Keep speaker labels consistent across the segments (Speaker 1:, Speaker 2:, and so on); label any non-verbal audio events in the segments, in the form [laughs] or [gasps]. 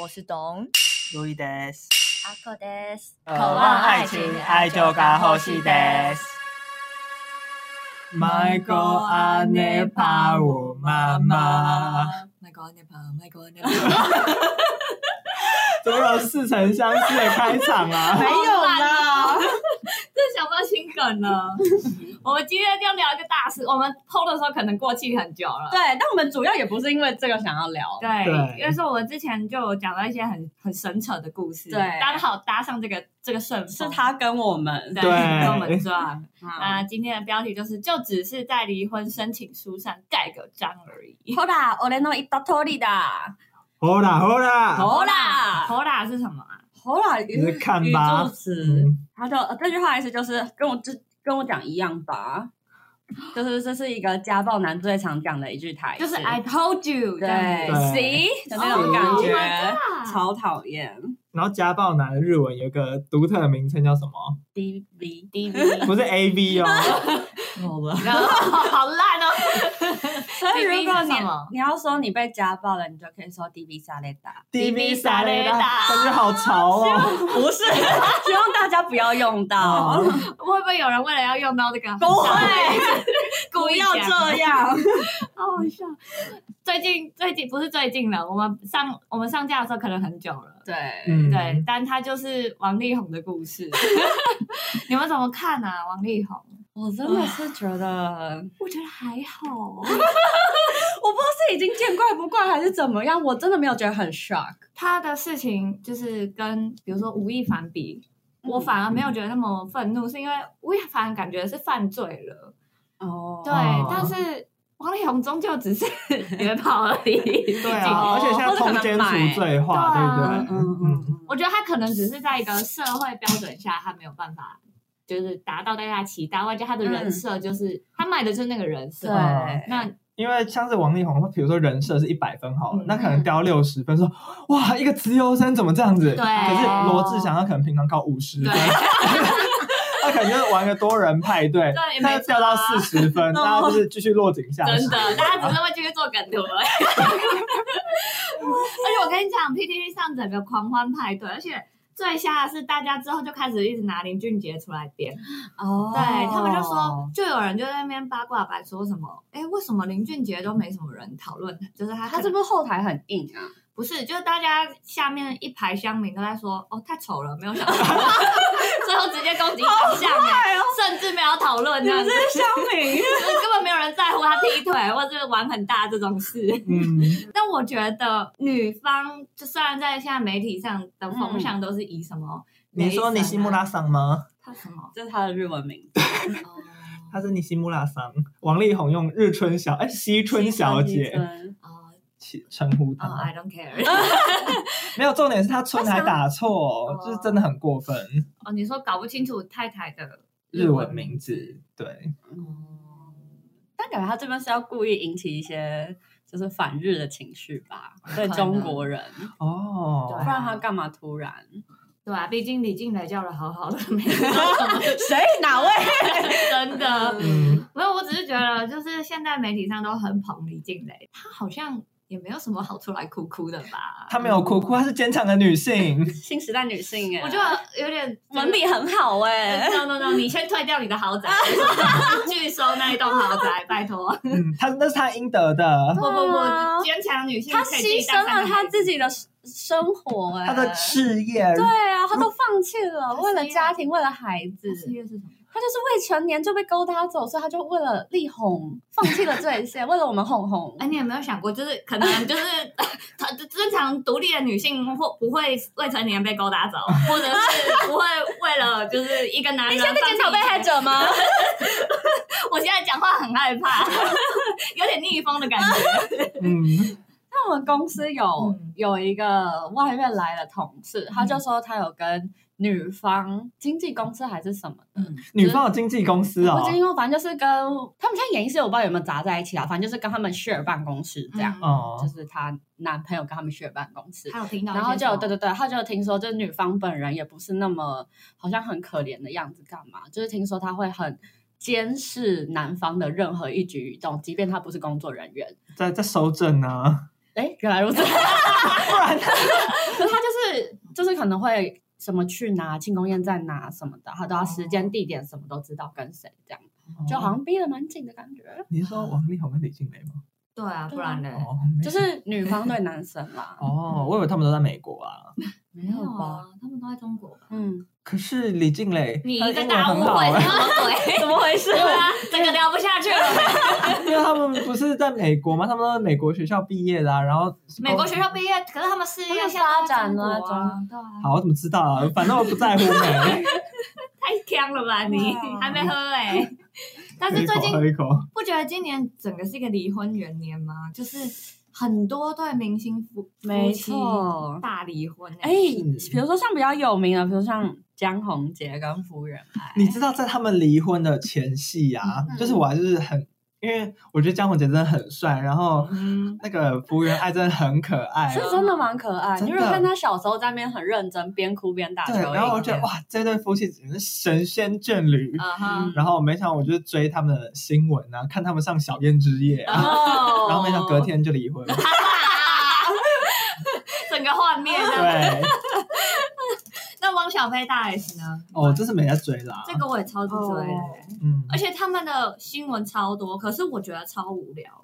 Speaker 1: 我是董
Speaker 2: 路易德斯，
Speaker 1: 阿克德斯，
Speaker 2: 渴望爱情，爱就该呼吸德斯。迈过阿涅帕我妈妈，
Speaker 3: 迈克安涅帕，迈克安涅帕，
Speaker 2: 多有似曾相识的开场
Speaker 3: [laughs]
Speaker 2: 啊！
Speaker 3: 没有
Speaker 1: 好
Speaker 3: 啦，
Speaker 1: [laughs] 这想不到心
Speaker 3: [laughs]
Speaker 1: 梗了。我们今天要聊一个大事，我们剖的时候可能过去很久了。
Speaker 3: 对，但我们主要也不是因为这个想要聊，
Speaker 1: 对，
Speaker 2: 对
Speaker 1: 因为说我们之前就有讲到一些很很神扯的故事，
Speaker 3: 对
Speaker 1: 刚好搭上这个这个顺
Speaker 3: 是
Speaker 1: 风，
Speaker 3: 他跟我们
Speaker 1: 对，
Speaker 2: 对
Speaker 1: 给我们
Speaker 3: [laughs]
Speaker 1: 赚。
Speaker 3: 啊
Speaker 1: 那今天的标题就是，就只是在离婚申请书上盖个章而已。
Speaker 3: ほら、俺の一通りだ。
Speaker 2: 好啦好啦，
Speaker 3: ほら，
Speaker 1: 头啦是什么啊？
Speaker 3: ほら，
Speaker 2: 你是看吧
Speaker 3: 语助词。
Speaker 2: 嗯，
Speaker 3: 他就呃这句话意思就是跟我这跟我讲一样吧，就是这是一个家暴男最常讲的一句台词，
Speaker 1: 就是 I told you，
Speaker 3: 对
Speaker 2: 对
Speaker 3: see 的那种
Speaker 2: Oh
Speaker 3: 感
Speaker 1: 哦 my
Speaker 3: 觉
Speaker 1: god [laughs]
Speaker 3: 超讨厌。
Speaker 2: 然后家暴男的日文有一个独特的名称叫什么？
Speaker 3: D V
Speaker 1: D V，
Speaker 2: 不是 A V 哦，
Speaker 3: 好了，
Speaker 1: 好烂哦。 [laughs]
Speaker 3: 所以如果
Speaker 1: DV 是
Speaker 3: 你
Speaker 1: 什么
Speaker 3: 你要说你被家暴了，你就可以说 D V 萨雷
Speaker 1: [laughs]
Speaker 3: 达，
Speaker 1: DV 撒雷达
Speaker 2: 感觉好潮哦。
Speaker 3: 不是， [laughs] 希望大家不要用到，
Speaker 2: 哦 [laughs]
Speaker 1: 会不会有人为了要用到这个？
Speaker 3: 不会， [laughs]
Speaker 1: [laughs] 故
Speaker 3: 不
Speaker 1: 意
Speaker 3: 要
Speaker 1: 讲
Speaker 3: 这
Speaker 1: [laughs]
Speaker 3: 样。
Speaker 1: 好好笑。最近最近不是最近了，我们上我们上架的时候可能很久了，
Speaker 3: 对，
Speaker 2: 嗯，
Speaker 1: 对，，但它就是王力宏的故事， [laughs] 你们怎么看啊？王力宏，
Speaker 3: 我真的是觉得，
Speaker 1: 我觉得还好，
Speaker 3: 我不知道是已经见怪不怪还是怎么样，我真的没有觉得很 shock。
Speaker 1: 他的事情就是跟比如说吴亦凡比。
Speaker 3: 嗯
Speaker 1: 我反而没有觉得那么愤怒，是因为吴亦凡感觉是犯罪了，
Speaker 3: 哦
Speaker 1: 对，但是王力宏终究只是 [laughs] 约炮而已。
Speaker 2: 对啊，
Speaker 3: 哦
Speaker 2: 而且现在通奸除罪化，
Speaker 1: 对
Speaker 2: 对
Speaker 1: 啊
Speaker 2: 不
Speaker 3: 嗯
Speaker 2: 对？
Speaker 3: 嗯嗯，
Speaker 1: 我觉得他可能只是在一个社会标准下，他没有办法就是达到大家期待，外加他的人设就是、他卖的就是那个人设。
Speaker 2: 嗯
Speaker 1: 那
Speaker 2: 因为像是王力宏，比如说人设是一百分好了，
Speaker 1: 嗯
Speaker 2: 那可能掉六十分，说哇一个资优生怎么这样子？
Speaker 1: 对
Speaker 2: 可是罗志祥他可能平常考五十分， [laughs] 他可能就是玩个多人派对
Speaker 1: 对，
Speaker 2: 那
Speaker 1: 没错啊
Speaker 2: 掉到四十
Speaker 1: [laughs]
Speaker 2: 分，
Speaker 3: No
Speaker 2: 那他就是继续落井下石
Speaker 1: 真。的，大家只是会继续做梗图而已。 [laughs] 而且我跟你讲，PTT 上整个狂欢派对，而且。最吓的是，大家之后就开始一直拿林俊杰出来编，
Speaker 3: 哦
Speaker 1: 对他们就说，就有人就在那边八卦版说什么，哎，为什么林俊杰都没什么人讨论？就是
Speaker 3: 啊
Speaker 1: 他可
Speaker 3: 他
Speaker 1: 能
Speaker 3: 是不是后台很硬啊？
Speaker 1: 不是，就是大家下面一排乡民都在说，哦，太丑了，没有
Speaker 2: [laughs]
Speaker 1: 想到，最后直接攻击长相哎，
Speaker 2: 哦
Speaker 1: 甚至没有讨论这样子，
Speaker 3: 香民，
Speaker 1: 就是根本没有人在乎他劈腿或者玩很大这种事。
Speaker 2: 嗯，
Speaker 1: 但我觉得女方就虽然在现在媒体上的风向都是以什么、
Speaker 2: 嗯你说你西木拉，桑吗？
Speaker 1: 他什
Speaker 2: [laughs]
Speaker 3: [laughs]
Speaker 1: 么？哦
Speaker 3: 这是他的日文名字。
Speaker 2: 他是你西木拉桑，王力宏用日春小哎西春小
Speaker 3: 西
Speaker 2: 姐
Speaker 3: 村
Speaker 1: 哦
Speaker 2: 起称呼
Speaker 1: 哦
Speaker 2: 他
Speaker 1: ，I，don't
Speaker 2: [laughs]
Speaker 1: care。
Speaker 2: 没有重点是他春还打错
Speaker 1: 哦，
Speaker 2: 就是真的很过分。
Speaker 1: 哦，你说搞不清楚太太的
Speaker 2: 日文名字，对，
Speaker 3: 哦，但感觉他这边是要故意引起一些就是反日的情绪吧，对
Speaker 1: 能
Speaker 3: 中国人，不
Speaker 2: 哦
Speaker 1: 对，
Speaker 3: 然他干嘛突然？
Speaker 1: 对吧、毕竟李静蕾教的好好的，没
Speaker 3: [laughs]
Speaker 1: 有
Speaker 3: 谁哪位？
Speaker 1: 真的。
Speaker 2: 嗯，
Speaker 1: 没有，我只是觉得，就是现在媒体上都很捧李静蕾，她好像也没有什么好出来哭哭的吧？
Speaker 2: 她没有哭哭，她是坚强的女
Speaker 1: [laughs]
Speaker 2: 性。
Speaker 3: 新时代女性哎，
Speaker 1: 我就有点
Speaker 3: [laughs] 文笔很好哎，
Speaker 1: No no no！你先退掉你
Speaker 3: [laughs]
Speaker 1: 的豪宅，拒收那一栋豪宅，拜托。
Speaker 2: 嗯，她那是她应得的
Speaker 1: 不，不不，坚强女性
Speaker 3: 啊她
Speaker 1: 可以
Speaker 3: 牺
Speaker 1: 自己当
Speaker 3: 牲
Speaker 1: 上
Speaker 3: 了
Speaker 1: 海
Speaker 3: 她自己的生活哎，
Speaker 2: 她的事业，
Speaker 3: 对啊，她都放弃了，为了家庭，为了孩子
Speaker 1: 她。事业是什么？
Speaker 3: 他就是未成年就被勾搭走，所以他就为了力宏放弃了这一切， [laughs] 为了我们红红
Speaker 1: 哎，。你有没有想过，就是可能就是 [laughs] 她正常独立的女性或不会未成年被勾搭走，或者是不会为了就是一个男人。
Speaker 3: 你现在在检讨被害者
Speaker 1: [laughs]
Speaker 3: 吗？
Speaker 1: 我现在讲话很害怕， [laughs] 有点逆风的感觉。
Speaker 2: 嗯，
Speaker 3: 那我们公司有、
Speaker 1: 嗯
Speaker 3: 有一个外面来的同事，他就说他有跟女方经纪公司还是什么的。
Speaker 1: 嗯，
Speaker 2: 女方有经纪公司
Speaker 1: 啊
Speaker 2: 哦
Speaker 3: 我，经因反正就是跟他们现在演艺事业我不知道有没有杂在一起啊，反正就是跟他们 share 办公室这
Speaker 1: 嗯
Speaker 3: 样，
Speaker 2: 哦
Speaker 3: 就，是她男朋友跟他们 share 办公室，
Speaker 1: 他有听到一些什么，啊
Speaker 3: 然后就有对对对，他就有听说，就是女方本人也不是那么好像很可怜的样子，干嘛？就是听说他会很监视男方的任何一举一动，即便他不是工作人员。
Speaker 1: [laughs]
Speaker 2: 在在收证呢，
Speaker 3: [laughs] 哎，原来如此，
Speaker 2: 不然
Speaker 3: 就是可能会什么去哪庆功宴在哪什么的，他都要时间、地点什么都知道跟谁这样，就好像逼得蛮紧的感觉。
Speaker 2: 你是说王力宏跟李静蕾吗？
Speaker 1: 对啊，
Speaker 3: 对啊
Speaker 1: 不然呢？
Speaker 2: 哦，
Speaker 3: [laughs]
Speaker 2: 没
Speaker 3: 就是女方对男生啦，
Speaker 2: 哦，我以为他们都在美国啊。
Speaker 3: 没
Speaker 1: 没有？啊，他们都在中国呃吧。
Speaker 3: 嗯，
Speaker 2: 可是李静蕾，
Speaker 1: 你
Speaker 2: 她
Speaker 1: 一个
Speaker 2: 英文
Speaker 1: 大误
Speaker 2: 很好
Speaker 1: 会，
Speaker 2: 哎
Speaker 1: 什，啊么 [laughs] 鬼？
Speaker 3: 怎么回事
Speaker 1: 对啊，这个聊不下去了。
Speaker 2: [laughs] 因为他们不是在美国吗？他们都在美国学校毕业的啊，然后
Speaker 1: 美国学校毕业，可是他们事业现在
Speaker 3: 发展
Speaker 1: 了
Speaker 3: 了，
Speaker 1: 对啊，
Speaker 2: 好，我怎么知道啊？反正我不在乎
Speaker 1: [laughs]
Speaker 2: 美。
Speaker 1: 太强了吧你
Speaker 3: 哇，
Speaker 1: 还没喝 [laughs] 哎。但是最近
Speaker 2: 喝一口，喝一口
Speaker 1: 不觉得今年整个是一个离婚元年吗？就是很多对明星夫
Speaker 3: 没
Speaker 1: 夫妻
Speaker 3: 错
Speaker 1: 大离婚
Speaker 3: 哎、
Speaker 1: 哎，
Speaker 3: 比如说像比较有名的，比如像江宏杰跟福原爱，
Speaker 2: 你知道在他们离婚的前戏啊，
Speaker 1: 嗯
Speaker 2: 就是我还是很，因为我觉得江宏杰真的很帅，然后
Speaker 1: 嗯，
Speaker 2: 那个福原爱真的很可爱
Speaker 3: 是。真的蛮可爱。
Speaker 2: 哎真
Speaker 3: 你
Speaker 2: 的
Speaker 3: 如果看他小时候在那边很认真，边哭边打球
Speaker 2: 对，
Speaker 3: 一样，
Speaker 2: 然后我觉得哇，这对夫妻简直是神仙眷侣。
Speaker 1: 啊
Speaker 3: 嗯
Speaker 1: 哈，
Speaker 2: 然后没想到我就是追他们的新闻啊，看他们上小燕之夜啊，
Speaker 3: 哦，
Speaker 2: [laughs] 然后没想到隔天就离婚。
Speaker 1: 整个画面啊。
Speaker 2: 对，
Speaker 1: 那汪小菲大 S 呢？
Speaker 2: 哦，真是没在追啦。
Speaker 1: 这个我也超级追的
Speaker 3: 哦
Speaker 2: 嗯，
Speaker 1: 而且他们的新闻超多，可是我觉得超无聊。欸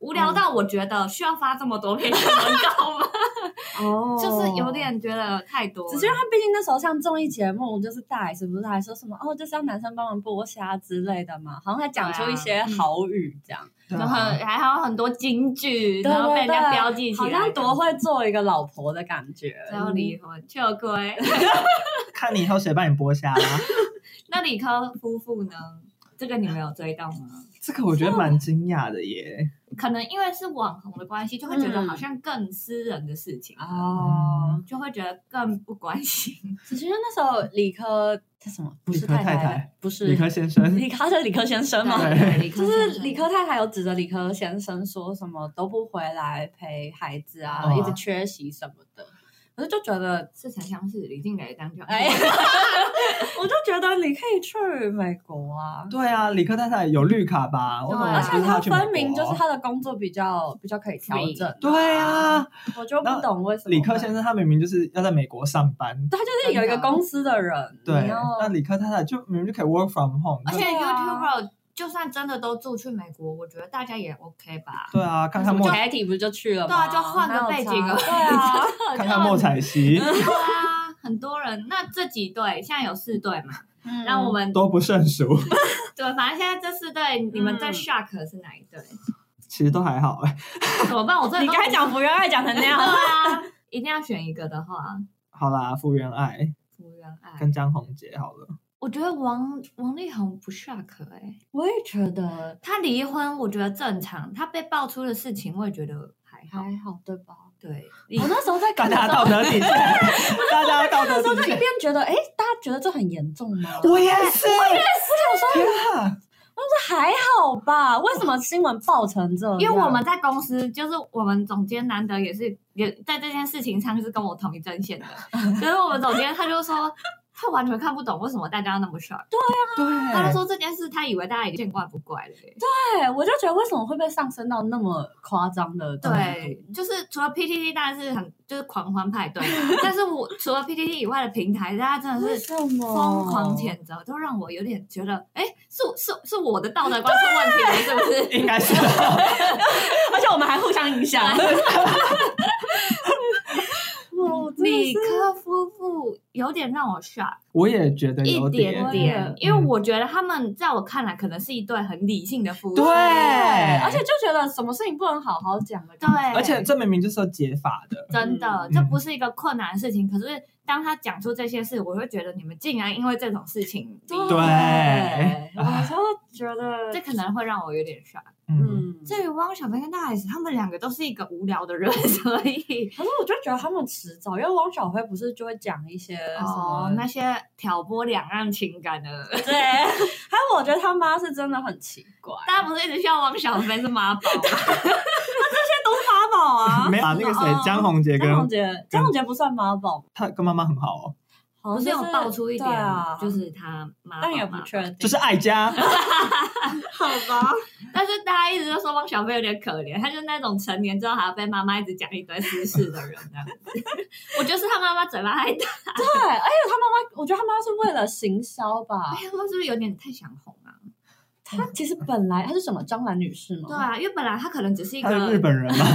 Speaker 1: 无聊到我觉得需要发这么多篇新闻稿吗？
Speaker 3: 哦，
Speaker 1: [laughs] 就是有。点觉得太多
Speaker 2: 哦
Speaker 1: 了。
Speaker 3: 只是因为他毕竟那时候上综艺节目，就是大 S 不是还说什么哦，就是要男生帮忙剥虾之类的嘛，好像还讲出一些
Speaker 2: 啊
Speaker 3: 好语这样，
Speaker 2: 对
Speaker 1: 就很
Speaker 2: 啊
Speaker 1: 还好很多金
Speaker 2: 嗯
Speaker 1: 句，然后
Speaker 3: 对
Speaker 1: 被
Speaker 3: 对
Speaker 1: 人家标记起
Speaker 3: 好
Speaker 1: 来，
Speaker 3: 像多会做一个老婆的感觉。
Speaker 1: 然后离婚，秋 [laughs] 归。
Speaker 2: 看你以后谁帮你剥虾
Speaker 1: [laughs]
Speaker 2: 啦。
Speaker 1: 那理科夫妇呢？这个你们有追到吗？
Speaker 2: 这个我觉得蛮惊讶的耶。
Speaker 1: 可能因为是网红的关系，就会觉得
Speaker 3: 嗯
Speaker 1: 好像更私人的事情啊，
Speaker 3: 哦，
Speaker 1: 就会觉得更不关心。
Speaker 3: 只是因为那时候理科他什么不是
Speaker 2: 理科太太
Speaker 3: 太，不是
Speaker 2: 理科先生，
Speaker 3: 理科他是理科先生吗？
Speaker 2: 对
Speaker 1: 理科
Speaker 3: [laughs] 就是理科太太有指着理科先生说什么都不回来陪孩子啊，
Speaker 2: 哦
Speaker 3: 一直缺席什么的。我就觉得，
Speaker 1: 似曾相识，李静蕾这样讲。
Speaker 2: [laughs]
Speaker 3: 哎，我就觉得你可以去美国啊，
Speaker 2: 对啊，理科太太有绿卡吧？我怎么
Speaker 1: 对啊
Speaker 3: 而
Speaker 2: 不
Speaker 3: 且
Speaker 2: 知道
Speaker 3: 他
Speaker 2: 去美国啊
Speaker 3: 分明就是他的工作比较比较可以调整。
Speaker 2: 对啊，
Speaker 3: 我就不懂为什么
Speaker 2: 理科先生他明明就是要在美国上班，
Speaker 3: 他就是有一个公司的人，
Speaker 2: 对，
Speaker 3: 然后
Speaker 2: 那理科太太就明明就可以 work from home，
Speaker 1: 而且
Speaker 2: 就
Speaker 3: 对啊
Speaker 1: YouTuber 就算真的都住去美国，我觉得大家也 OK
Speaker 3: [laughs]
Speaker 1: 吧。
Speaker 2: 对啊，看看莫
Speaker 3: Katy 不就去了吗？
Speaker 1: 对啊就换个背景
Speaker 3: 哪
Speaker 1: 啊
Speaker 3: 有差对
Speaker 2: [laughs]
Speaker 3: 啊，
Speaker 2: 看看莫彩曦，
Speaker 1: [laughs] 对啊，很多人。那这几对现在有四对嘛？
Speaker 3: 嗯
Speaker 1: 那我们
Speaker 2: 多不胜数， [laughs]
Speaker 1: 对，反正现在这四对，你们
Speaker 3: 嗯
Speaker 1: 在 shock 的是哪一对？
Speaker 2: 其实都还好哎。
Speaker 1: 怎么办？我真的
Speaker 3: 你
Speaker 1: 都
Speaker 3: 刚才讲福原爱讲成那
Speaker 2: [laughs]
Speaker 1: 对
Speaker 3: 样，
Speaker 1: 啊，一定要选一个的话，
Speaker 2: 好啦，福原爱
Speaker 1: 福原爱。
Speaker 2: 跟江宏杰好了，
Speaker 1: 我觉得王王力宏不 shock 哎、
Speaker 3: 我也觉得
Speaker 1: 他离婚我觉得正常，他被爆出的事情我也觉得还好。
Speaker 3: 还好对吧？
Speaker 1: 对，
Speaker 3: 我那时候在
Speaker 2: 大
Speaker 3: 看的 [laughs]
Speaker 2: 家
Speaker 3: 时候
Speaker 2: 道，德底线，大家道德
Speaker 3: 我就
Speaker 2: 底
Speaker 3: 一
Speaker 2: 线
Speaker 3: 边，觉得，哎，大家觉得这很严重吗？
Speaker 2: 我也是，
Speaker 3: 我
Speaker 2: 天啊，
Speaker 3: 这还好吧？为什么新闻爆成这样？
Speaker 1: 因为我们在公司，就是我们总监难得也是也在这件事情上是跟我同一
Speaker 3: [laughs]
Speaker 1: 阵线的，可是我们总监他就说。他完全看不懂为什么大家要那么 shock，他就
Speaker 2: 对，
Speaker 1: 说这件事他以为大家已经见怪不怪了、欸。
Speaker 3: 对，我就觉得为什么会被上升到那么夸张的程度？
Speaker 1: 对，就是除了 PTT，当然是很就是狂欢派对嘛，但是我除了 PTT 以外的平台，大家真的
Speaker 3: 为
Speaker 1: 是
Speaker 3: 什么
Speaker 1: 疯
Speaker 3: 哦
Speaker 1: 狂谴责，都让我有点觉得，哎，是是是我的道德观出问题了，是不是？
Speaker 2: 应该是。
Speaker 3: 而且我们还互相影 [laughs] 响。 [laughs] 我真的
Speaker 1: 理
Speaker 3: 是
Speaker 1: 科夫妇有点让我 shock
Speaker 2: 我也觉得
Speaker 1: 一
Speaker 2: 有
Speaker 1: 点点
Speaker 3: 点，
Speaker 1: 因为我觉得他们在我看来可能是一对很理性的夫妻，
Speaker 2: 对
Speaker 3: 而且就觉得什么事情不能好好讲的感
Speaker 1: 对
Speaker 3: 觉，，
Speaker 2: 而且这明明就是要解法的，
Speaker 1: 真的
Speaker 2: 嗯
Speaker 1: 这不是一个困难的事情，可是当他讲出这些事，我会觉得你们竟然因为这种事情，
Speaker 2: 对
Speaker 3: 我就觉 [laughs] 得
Speaker 1: 这可能会让我有点 shock。
Speaker 2: 嗯，
Speaker 3: 嗯，
Speaker 1: 至于汪小菲跟大 S，他们两个都是一个无聊的人，所以
Speaker 3: 可是我就觉得他们迟早，因为汪小菲不是就会讲一些什么
Speaker 1: [laughs] 哦，那些挑拨两岸情感 [laughs] 的，
Speaker 3: 对，还有我觉得他妈是真的很奇怪，
Speaker 1: 大家不是一直笑汪小菲是妈宝吗？
Speaker 3: 都是妈宝啊
Speaker 2: 没有啊那个谁
Speaker 3: 哦
Speaker 2: 江宏杰跟
Speaker 3: 江宏杰，江宏杰不算妈宝，
Speaker 2: 他跟妈妈很好哦，
Speaker 1: 不
Speaker 3: 不
Speaker 1: 是有爆出一点，就是是他妈
Speaker 3: 啊但也
Speaker 1: 宝
Speaker 3: 不
Speaker 1: 吗
Speaker 3: 确定，
Speaker 2: 就是爱家，
Speaker 3: 好吧，
Speaker 1: 但是大家一直都说汪小菲有点可怜，他就是那种成年之后还要被妈妈一直讲一堆私事的人，这样子。我觉得是他妈妈嘴巴太
Speaker 3: [laughs] 对，而
Speaker 1: 大，
Speaker 3: 且他妈妈，我觉得他妈妈是为了行销吧
Speaker 1: 哎，呀，他是不是有点太想红啊？
Speaker 3: 她其实本来她是什么张兰女士吗？
Speaker 1: 对，啊，因为本来他可能只是一
Speaker 2: 他是日
Speaker 1: 个
Speaker 2: 本人嘛，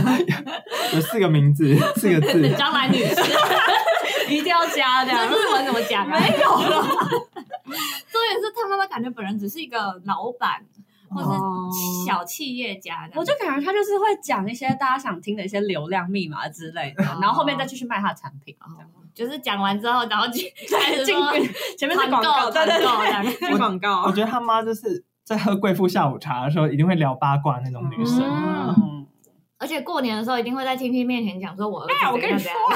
Speaker 2: 有四个名字，四个字，
Speaker 1: 张兰女士，
Speaker 3: 一定要加这
Speaker 1: 这
Speaker 3: 样。
Speaker 1: 日文怎么讲啊？
Speaker 3: 没有了，
Speaker 1: [laughs] 重点是他妈妈感觉本人只是一个老板
Speaker 2: 哦
Speaker 1: 或是小企业家这样，
Speaker 3: 哦我就感觉她就是会讲一些大家想听的一些流量密码之类的，
Speaker 1: 哦
Speaker 3: 然后后面再继续卖她的产品，这样
Speaker 1: 就是讲完之后，然后就开始
Speaker 3: 进 [laughs]
Speaker 1: 说
Speaker 3: 前面是
Speaker 1: 团
Speaker 3: 广告，
Speaker 1: 购，
Speaker 3: 对
Speaker 1: 团
Speaker 3: 对
Speaker 1: 购
Speaker 3: 对
Speaker 1: 这，样子。
Speaker 3: 是广告
Speaker 2: 我觉得他妈就是在喝贵妇下午茶的时候，一定会聊八卦那种女啊生。
Speaker 3: 嗯，
Speaker 1: 而且过年的时候一定会在亲戚面前讲说，我儿子
Speaker 3: 哎，我
Speaker 1: 怎
Speaker 3: 跟
Speaker 1: 样
Speaker 3: 你
Speaker 1: 怎
Speaker 3: 说
Speaker 1: 样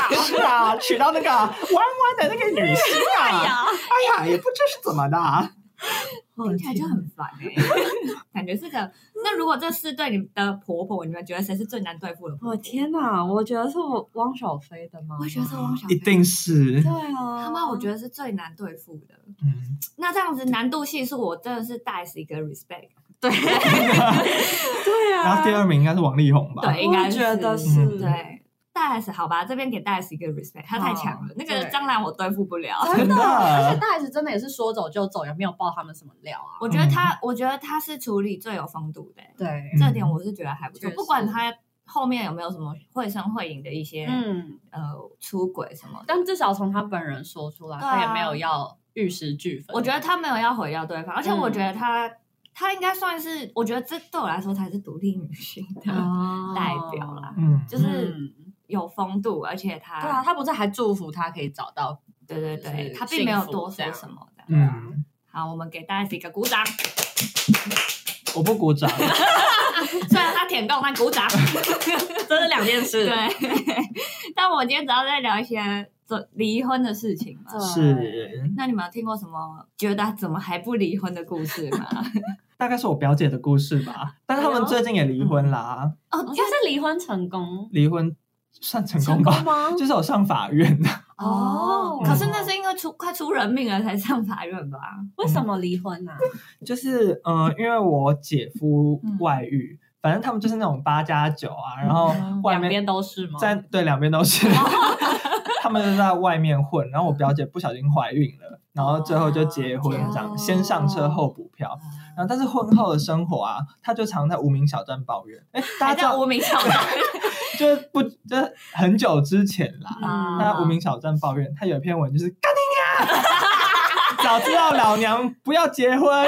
Speaker 3: [laughs] 啊，
Speaker 2: 是啊，娶到那个弯弯的那个女星
Speaker 3: [laughs]
Speaker 2: 啊，哎呀，也不知是怎么的、啊。
Speaker 1: 听起来就很烦哎、 [laughs] 感觉是个。那如果这四对你们的婆婆，你们觉得谁是最难对付的婆
Speaker 3: 我
Speaker 1: 婆？
Speaker 3: 哦天哪！我觉得是我汪小菲的吗？
Speaker 1: 我也觉得是汪小菲
Speaker 2: 一定是
Speaker 3: 对，啊，
Speaker 1: 他妈，我觉
Speaker 3: 得
Speaker 1: 得是最难对付的。
Speaker 2: 嗯， [laughs]
Speaker 1: 那这样子难度系数，我真的是大 S 一个 respect。对
Speaker 3: 啊 [laughs] 对啊。
Speaker 2: 然后第二名应该是王力宏吧？
Speaker 1: 对，应该
Speaker 3: 我觉得
Speaker 1: 是
Speaker 3: 是
Speaker 1: 对。大 S 好吧，这边给大 S 一个 respect，她太强了。那个
Speaker 3: 对
Speaker 1: 张兰我对付不了，
Speaker 2: 真
Speaker 3: 啊而且
Speaker 2: 的，
Speaker 3: 大 S 真的也是说走就走，也没有爆他们什么料啊。
Speaker 1: 我觉得她，我觉得她是处理最有风度的欸、
Speaker 3: 对
Speaker 1: 这点我是觉得还不错。
Speaker 3: 确实
Speaker 1: 不管她后面有没有什么绘声绘影的一些、
Speaker 3: 嗯，
Speaker 1: 呃出轨什么的，
Speaker 3: 但至少从他本人说出来，
Speaker 1: 对啊
Speaker 3: 他也没有要玉石俱焚。
Speaker 1: 我觉得他没有要毁掉对方，而且
Speaker 3: 嗯
Speaker 1: 我觉得他、他应该算是，我觉得这对我来说才是独立女性 [laughs] 的
Speaker 3: 哦
Speaker 1: 代表啦，
Speaker 2: 嗯，
Speaker 1: 就
Speaker 3: 嗯
Speaker 1: 是有风度，而且他
Speaker 3: 对啊，他不是还祝福他可以找到
Speaker 1: 对对对，
Speaker 3: 就是
Speaker 1: 他并没有
Speaker 3: 幸福
Speaker 1: 多
Speaker 3: 这
Speaker 1: 说
Speaker 3: 样
Speaker 1: 什么的。
Speaker 2: 嗯，
Speaker 1: 好，我们给大家一个鼓掌， [laughs]
Speaker 2: 我不鼓掌，
Speaker 1: 虽然他舔共，但鼓掌。
Speaker 3: 这是两件事
Speaker 1: 对， [laughs] 但我今天主要在聊一些这离婚的事情嘛。
Speaker 2: 是
Speaker 1: 那你们有听过什么觉得怎么还不离婚的故事吗？
Speaker 2: 大概是我表姐的故事吧，
Speaker 3: 哎
Speaker 2: 但是他们最近也离婚啦，
Speaker 1: 哦，
Speaker 3: 他
Speaker 1: 就是
Speaker 3: 离婚成功，
Speaker 2: 离婚算成
Speaker 3: 成
Speaker 2: 功
Speaker 3: 功？
Speaker 2: 吧
Speaker 3: 吗？
Speaker 2: [laughs] 就是有上法
Speaker 3: [laughs]
Speaker 2: 院的，
Speaker 1: 哦
Speaker 3: 哦，
Speaker 1: 可是那是因为出快出人命了才上法院吧？
Speaker 3: 为什么离婚啊呢？
Speaker 2: 就是嗯，因为我姐夫
Speaker 1: 嗯
Speaker 2: 外遇，反正他们就是那种八加九啊，然后外
Speaker 3: 嗯哦两
Speaker 2: 面
Speaker 3: 边都是吗？哦
Speaker 2: 在对两边都是， [laughs] 他们就在外面混，然后我表姐不小心怀孕了，然后最后就结婚这样，
Speaker 3: 哦
Speaker 2: 先上车后补票。然后但是婚后的生活啊，她就常在无名小站抱怨，哎，大
Speaker 1: 还
Speaker 2: 家知
Speaker 1: 在
Speaker 2: 道
Speaker 1: 无名小站
Speaker 2: 就是不就是很久之前啦，
Speaker 1: 啊
Speaker 2: 她在无名小站抱怨，她有一篇文就是干你 [laughs] 娘，早知道老娘不要结婚。 [laughs]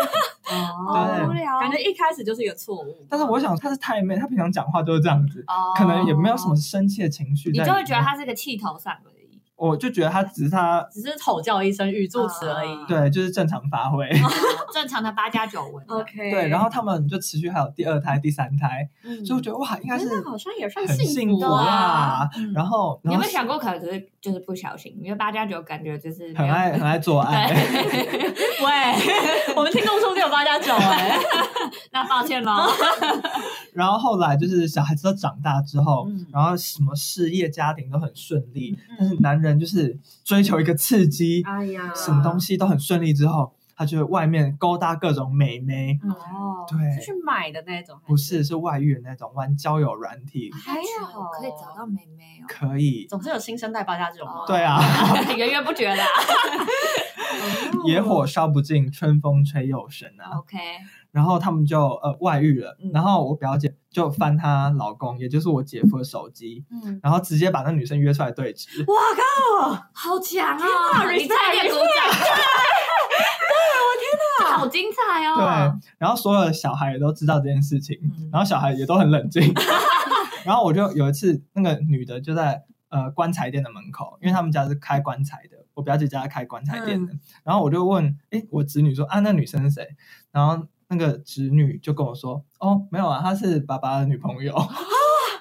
Speaker 1: 好
Speaker 2: 对
Speaker 1: 无聊，
Speaker 3: 感觉一开始就是一个错误。
Speaker 2: 但是我想她是太妹，她平常讲话都是这样子，
Speaker 1: 哦
Speaker 2: 可能也没有什么，生气的情绪
Speaker 1: 你
Speaker 2: 在里面，
Speaker 1: 就会觉得他是个气头上而已。
Speaker 2: 我就觉得她只是她
Speaker 3: 只是吼叫一声，语助词而已。
Speaker 1: 啊
Speaker 2: 对，就是正常发挥。
Speaker 1: 嗯正常的八加九文啊，
Speaker 3: OK，
Speaker 2: 对，然后他们就持续还有第二胎、第三胎，
Speaker 3: 嗯
Speaker 1: 嗯
Speaker 2: 所以我觉得哇，应该是
Speaker 3: 哎那好像也算
Speaker 2: 很幸
Speaker 3: 福
Speaker 2: 福
Speaker 1: 啊
Speaker 2: 啦。
Speaker 3: 嗯
Speaker 2: 然后，
Speaker 1: 你
Speaker 2: 然
Speaker 1: 有
Speaker 2: 后
Speaker 1: 没有想过，可能只是就是不小心，因为八加九感觉就是没
Speaker 2: 很
Speaker 1: 有
Speaker 2: 爱很爱做爱，
Speaker 1: 对，
Speaker 3: 喂， [laughs] 我们听众数只有八
Speaker 1: [laughs]
Speaker 3: 加九哎，
Speaker 1: 那抱歉喽。
Speaker 2: 然后后来就是小孩子都长大之后
Speaker 3: 嗯，
Speaker 2: 然后什么事业、家庭都很顺利，但是男人就是追求一个刺激，
Speaker 3: 哎呀
Speaker 2: 什么东西都很顺利之后，他就会外面勾搭各种美眉，
Speaker 1: [laughs]
Speaker 3: 哦，
Speaker 2: 对
Speaker 3: 是去买的那种，
Speaker 2: 不是是外遇的那种，玩交友软体
Speaker 3: 还好
Speaker 1: 可以找到妹妹哦。
Speaker 2: 可以，
Speaker 3: 总是有新生代八加九嘛。
Speaker 2: 对啊，
Speaker 1: [laughs]
Speaker 2: [laughs]
Speaker 1: 源源不
Speaker 3: [laughs]
Speaker 1: 绝啦。
Speaker 3: 哦
Speaker 2: 野火烧不尽，春风吹又生啊。
Speaker 1: OK，
Speaker 2: 然后他们就呃外遇了
Speaker 1: 嗯，
Speaker 2: 然后我表姐就翻她老公，也就是我姐夫的手机，
Speaker 1: 嗯，
Speaker 2: 然后直接把那女生约出来对质。
Speaker 3: 哇靠！
Speaker 1: 好强哦！你差一点 [laughs] 鼓掌。对，我天哪，好精彩
Speaker 2: 对
Speaker 1: 哦！，
Speaker 2: 然后所有的小孩也都知道这件事情，
Speaker 1: 嗯
Speaker 2: 然后小孩也都很冷静。然后我就有一次，那个女的就在呃棺材店的门口，因为他们家是开棺材的，我表姐家是开棺材店的。然后我就问，诶，我侄女说啊，那女生是谁？然后那个侄女就跟我说，哦，没有啊，她是爸爸的女朋友。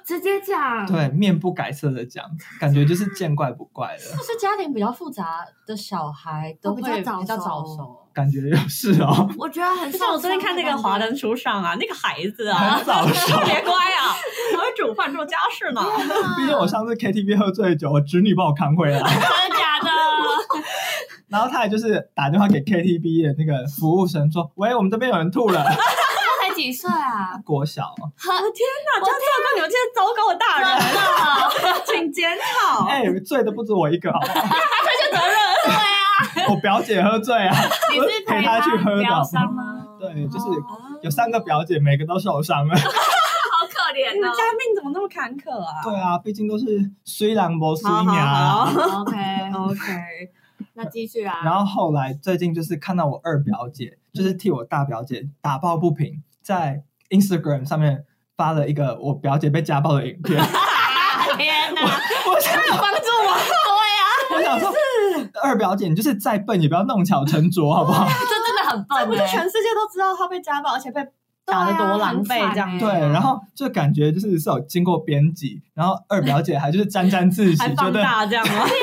Speaker 1: 直接讲，
Speaker 2: 对，面不改色的讲，感觉就是见怪不怪了，
Speaker 3: 就是家庭比较复杂的小孩都
Speaker 1: 都
Speaker 3: 会
Speaker 1: 比较早
Speaker 3: 比较早
Speaker 1: 熟
Speaker 3: 熟。
Speaker 2: 感觉有事
Speaker 1: [laughs]
Speaker 2: 哦，
Speaker 1: 我觉得很
Speaker 3: 就像我最近看那个《华
Speaker 2: [laughs]
Speaker 1: 的
Speaker 3: 灯初上》啊，那个孩子啊
Speaker 2: 很，早熟。
Speaker 3: 特别乖啊，还会煮饭做家事呢。 [laughs]
Speaker 2: 毕竟我上次 KTV 喝醉酒，我侄女把我扛回来，
Speaker 1: 真的假的？
Speaker 2: 然后他还就是打电话给 KTV 的那个服务生说：“喂，我们这边有人吐了。
Speaker 1: 他才几岁啊”？
Speaker 2: 国小，哦
Speaker 4: 那这样照顾你们这些糟糕的大人，啊
Speaker 1: 真的
Speaker 4: [laughs] 请检讨。
Speaker 2: 哎、醉的不止我一个，好不好？ [laughs]
Speaker 4: 推卸责任。
Speaker 1: 对啊，
Speaker 2: 我表姐喝醉啊，
Speaker 1: [laughs] 你是
Speaker 2: 陪
Speaker 1: 他
Speaker 2: 她去喝的
Speaker 1: 疗伤吗？
Speaker 4: 哦
Speaker 2: 对，就是有三个表姐，每个都受伤了。
Speaker 1: 好可
Speaker 4: 你
Speaker 1: 怜
Speaker 4: 们
Speaker 1: 哦。
Speaker 4: 家命怎么那么坎坷啊？
Speaker 2: 对啊，毕竟都是虽然不虽
Speaker 4: 好
Speaker 2: 娘啊。
Speaker 4: 好好
Speaker 1: OK，
Speaker 4: ，OK，
Speaker 1: 那继续啊。
Speaker 2: [laughs] 然后后来最近就是看到我二表姐，就是替我大表姐打抱不平，在 Instagram 上面发了一个我表姐被家暴的影片。
Speaker 1: 啊 [laughs] 天哪，
Speaker 2: 我想，
Speaker 1: 帮助我。对
Speaker 2: 我想说，二表姐，你就是再笨也不要弄巧成拙，好不好？
Speaker 1: 啊，这真的很
Speaker 4: 这
Speaker 1: 笨
Speaker 4: 不是
Speaker 1: 欸。
Speaker 4: 全世界都知道他被家暴，而且被打
Speaker 1: 对
Speaker 4: 得
Speaker 1: 啊
Speaker 4: 多狼狈这样
Speaker 1: 很惨欸
Speaker 4: 子。
Speaker 2: 对，然后就感觉就是是有经过编辑，然后二表姐还就是沾沾自喜，
Speaker 4: 还
Speaker 2: 觉
Speaker 4: 放
Speaker 2: 得
Speaker 4: 大这样吗？天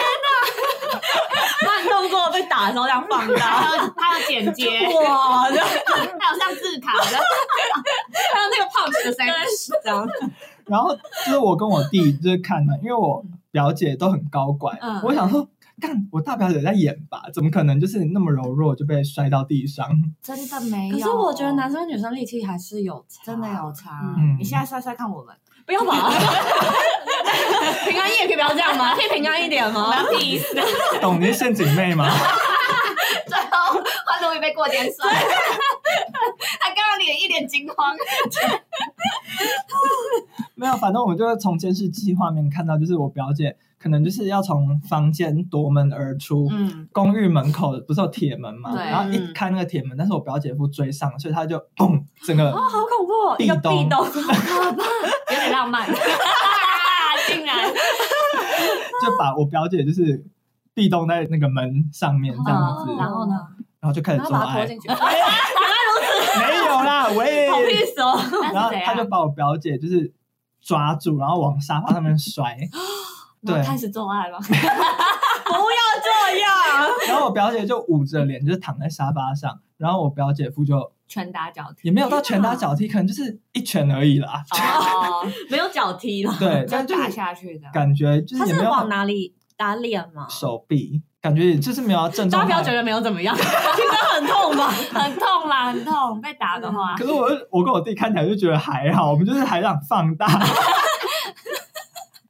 Speaker 4: 哪！慢动作被打的时候这样放大，
Speaker 1: 还有还有剪接，
Speaker 4: 哇，啊这样
Speaker 1: [laughs] 还有上字卡的，
Speaker 4: [laughs] 还有那个 punch 的声音，这样
Speaker 2: 然后就是我跟我弟就是看了，因为我表姐都很高乖，
Speaker 1: 嗯
Speaker 2: 我想说，干我大表姐在演吧，怎么可能就是那么柔弱就被摔到地上？ [laughs]
Speaker 1: 真的没有。
Speaker 4: 可是我觉得男生女生力气还是有差，啊
Speaker 1: 真的有差
Speaker 2: 嗯。
Speaker 1: 你现在摔摔看我们，
Speaker 4: 不要吧？平安夜可以不要这样吗？可以平安一点吗？
Speaker 1: 蛮屁
Speaker 4: [laughs]
Speaker 1: 事的。
Speaker 2: 懂你是陷阱妹吗？ [laughs]
Speaker 1: 最后换终于被过
Speaker 4: [laughs]
Speaker 1: 肩摔，他刚刚脸一脸惊慌。
Speaker 2: 没有，反正我们就是从监视器画面看到，就是我表姐可能就是要从房间夺门而出。
Speaker 1: 嗯，
Speaker 2: 公寓门口不是有铁门嘛，
Speaker 1: 对
Speaker 2: 然后一开那个铁门，但是我表姐夫追上，所以他就砰，整
Speaker 1: [laughs]
Speaker 2: 个
Speaker 4: 哦，好恐怖哦！
Speaker 2: 壁
Speaker 4: 一个
Speaker 2: 咚
Speaker 4: 壁咚，
Speaker 1: 有点浪
Speaker 4: [laughs]
Speaker 1: 漫，啊竟然
Speaker 2: 就把我表姐就是壁咚在那个门上面这样子，
Speaker 1: 哦
Speaker 2: 然
Speaker 1: 然
Speaker 2: 后
Speaker 1: 后呢？
Speaker 2: 就开始做
Speaker 4: 把它拖
Speaker 2: 爱，
Speaker 4: 进去，
Speaker 2: 没有啦，喂，
Speaker 4: 好
Speaker 3: [laughs]
Speaker 4: 屁死哦！
Speaker 1: [laughs]
Speaker 2: 然
Speaker 1: 那
Speaker 2: 后
Speaker 1: 是怎
Speaker 2: 他就
Speaker 1: 样？
Speaker 2: 把我表姐就是抓住，然后往沙发上面摔。对
Speaker 1: 然后，开始做爱了，
Speaker 4: 不要这样，
Speaker 2: 然后我表姐就捂着脸，就是躺在沙发上。然后我表姐夫就
Speaker 1: [laughs] 拳打脚踢。
Speaker 2: [laughs] 也没有到拳打脚踢，可能就是一拳而已啦。
Speaker 1: 哦，
Speaker 4: 没有脚踢了。
Speaker 2: 对，
Speaker 1: 就
Speaker 2: 但就
Speaker 1: 打
Speaker 2: 是
Speaker 1: 下去的。
Speaker 2: 感觉就
Speaker 4: 他
Speaker 2: 是也
Speaker 4: 是
Speaker 2: 没有
Speaker 4: 往哪里打脸吗？
Speaker 2: 手臂，感觉也就是没有要正中
Speaker 3: 大家不
Speaker 2: 他
Speaker 3: 要
Speaker 2: 的
Speaker 3: 觉得没有怎么样，
Speaker 4: 听得很痛吧？
Speaker 1: [laughs] 很痛啦，很痛，被打的话，
Speaker 2: 可是我我跟我弟看起来就觉得还好，我们就是还想放大，嗯
Speaker 1: 你们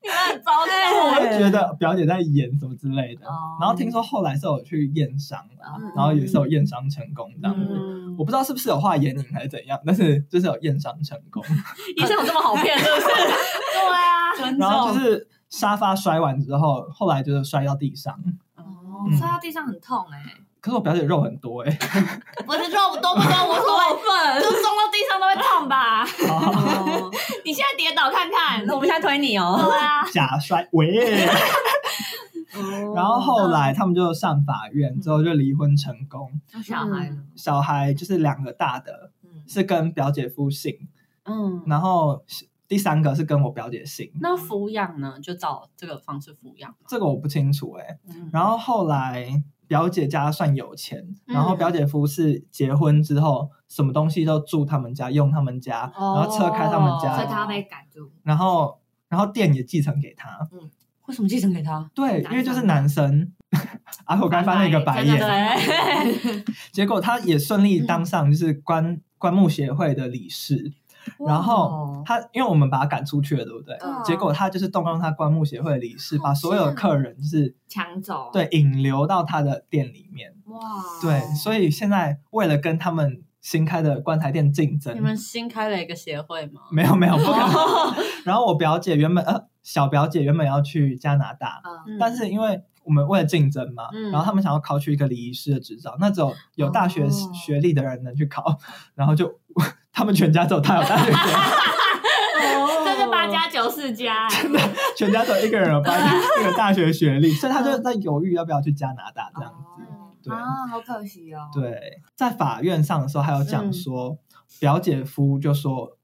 Speaker 1: [laughs] 很糟糕。
Speaker 2: 我就觉得表姐在演什么之类的。
Speaker 1: 哦
Speaker 2: 然后听说后来是有去验伤的
Speaker 1: 嗯，
Speaker 2: 然后也是有验伤成功这样子。
Speaker 4: 嗯
Speaker 2: 我不知道是不是有画眼影还是怎样，但是就是有验伤成功。
Speaker 4: 医生有这么好骗，是不是？
Speaker 1: 对啊，
Speaker 4: 尊
Speaker 2: 然后就
Speaker 4: 重。
Speaker 2: 是沙发摔完之后，后来就是摔到地上。
Speaker 1: 哦
Speaker 2: 嗯
Speaker 1: 摔到地上很痛哎，
Speaker 2: 可是我表姐肉很多哎、
Speaker 1: 不是肉多不多无所谓，
Speaker 4: 分！
Speaker 1: 就撞到地上都会
Speaker 2: [laughs]
Speaker 1: 痛吧？
Speaker 2: 欸，
Speaker 1: 你现在跌倒看看。
Speaker 4: [laughs]
Speaker 2: 嗯
Speaker 4: 我们现在推你哦。
Speaker 1: 对啊，
Speaker 2: [laughs] 假摔喂。
Speaker 3: 哦
Speaker 2: 然后后来他们就上法院，之后就离婚成功。
Speaker 1: 有小孩了，
Speaker 2: 小孩就是两个大的
Speaker 1: 嗯，
Speaker 2: 是跟表姐夫姓，
Speaker 3: 嗯，
Speaker 2: 然后第三个是跟我表姐姓。
Speaker 3: 那抚养呢，就照这个方式抚养嘛。
Speaker 2: 这个我不清楚哎、
Speaker 3: 嗯
Speaker 2: 然后后来表姐家算有钱，然后表姐夫是结婚之后什么东西都住他们家，用他们家，
Speaker 3: 哦
Speaker 2: 然后车开他们
Speaker 1: 所以
Speaker 2: 家，
Speaker 1: 他要被赶住。
Speaker 2: 然后然后店也继承给他。
Speaker 3: 为什么继承给他？
Speaker 2: 对，
Speaker 1: 男
Speaker 2: 因为就是
Speaker 1: 生
Speaker 2: 男生。 [laughs] 啊！我刚翻了一个白
Speaker 1: 真
Speaker 2: 眼
Speaker 1: 的，
Speaker 4: 对，
Speaker 2: 结果他也顺
Speaker 3: 嗯
Speaker 2: 利当上就是棺棺木协会的理事。 [laughs] 然
Speaker 3: 哦
Speaker 2: 后他，因为我们把他赶出去了，对不对？
Speaker 1: 嗯
Speaker 2: 结果他就是动用他棺木协会的理事，把所
Speaker 3: 啊
Speaker 2: 有的客人就是
Speaker 1: 抢走。
Speaker 2: 对引流到他的店里面。
Speaker 1: 哇，
Speaker 2: 对，
Speaker 3: 哦
Speaker 2: 所以现在为了跟他们新开的棺材店竞
Speaker 3: 你
Speaker 2: 争，
Speaker 3: 们哦新开了一个协会吗？
Speaker 2: 没有没有不可能。 [laughs] 然后我表姐原本呃小表姐原本要去加拿大，
Speaker 1: 嗯，
Speaker 3: 嗯
Speaker 2: 但是因为我们为了竞争嘛，
Speaker 3: 嗯
Speaker 2: 然后他们想要考取一个礼仪师的执照，那只有有大学
Speaker 1: 哦
Speaker 2: 学历的人能去考，然后就 [laughs] 他们全家只有他有大学学历， [laughs]
Speaker 4: 哦
Speaker 1: 这是八加九世家，哎
Speaker 2: 全家只有一个人有八一个大学学历，所以他就在犹豫要不要去加拿大这样子。
Speaker 1: 哦
Speaker 2: 对
Speaker 1: 啊，好可惜哦。，
Speaker 2: 对，在法院上的时候还有讲说，表姐夫就说。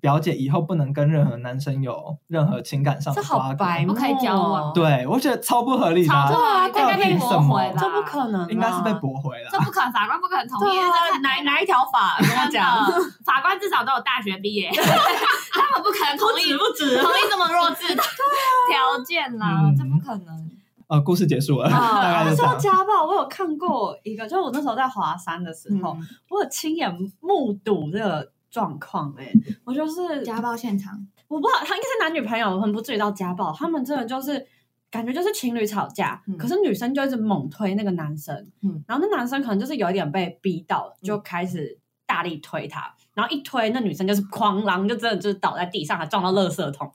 Speaker 2: 表姐以后不能跟任何男生有任何情感上的
Speaker 3: 这好
Speaker 2: 瓜葛，
Speaker 3: 白目
Speaker 1: 不可以交往
Speaker 3: 哦
Speaker 2: 对我觉得超不合理的啊、
Speaker 1: 超
Speaker 3: 对啊
Speaker 1: 这应该被驳回
Speaker 2: 到
Speaker 1: 吧？
Speaker 3: 这不可，能啊，
Speaker 2: 应该是被驳回了
Speaker 1: 这。不可能，法官不可能同意。
Speaker 3: 对啊
Speaker 1: 这太
Speaker 4: 哪哪一条法跟我
Speaker 1: 真的
Speaker 4: 讲？，
Speaker 1: 法官至少都有大学毕业， [laughs] 他们不可能同意
Speaker 4: 不止
Speaker 1: [laughs] 同意这么弱智的条件啦
Speaker 2: 嗯，
Speaker 1: 这不可能。
Speaker 2: 呃，故事结束
Speaker 3: 哦
Speaker 2: 了， [laughs] 大
Speaker 3: 那
Speaker 2: 概就
Speaker 3: 时
Speaker 2: 这
Speaker 3: 候
Speaker 2: 样。
Speaker 3: 家暴，我有看过一个，就是我那时候在华山的哦时候，
Speaker 2: 嗯
Speaker 3: 我有亲眼目睹这个状况、欸。哎，我就是
Speaker 1: 嗯家暴现场，
Speaker 3: 我不知道，他应该是男女朋友，我很不注意到家暴，他们真的就是感觉就是情侣吵架，
Speaker 1: 嗯
Speaker 3: 可是女生就一直猛推那个男生，
Speaker 1: 嗯
Speaker 3: 然后那男生可能就是有一点被逼到了，
Speaker 1: 嗯
Speaker 3: 就开始大力推他，然后一推那女生就是哐啷，就真的就是倒在地上，还撞到垃圾
Speaker 1: [laughs]
Speaker 3: 桶。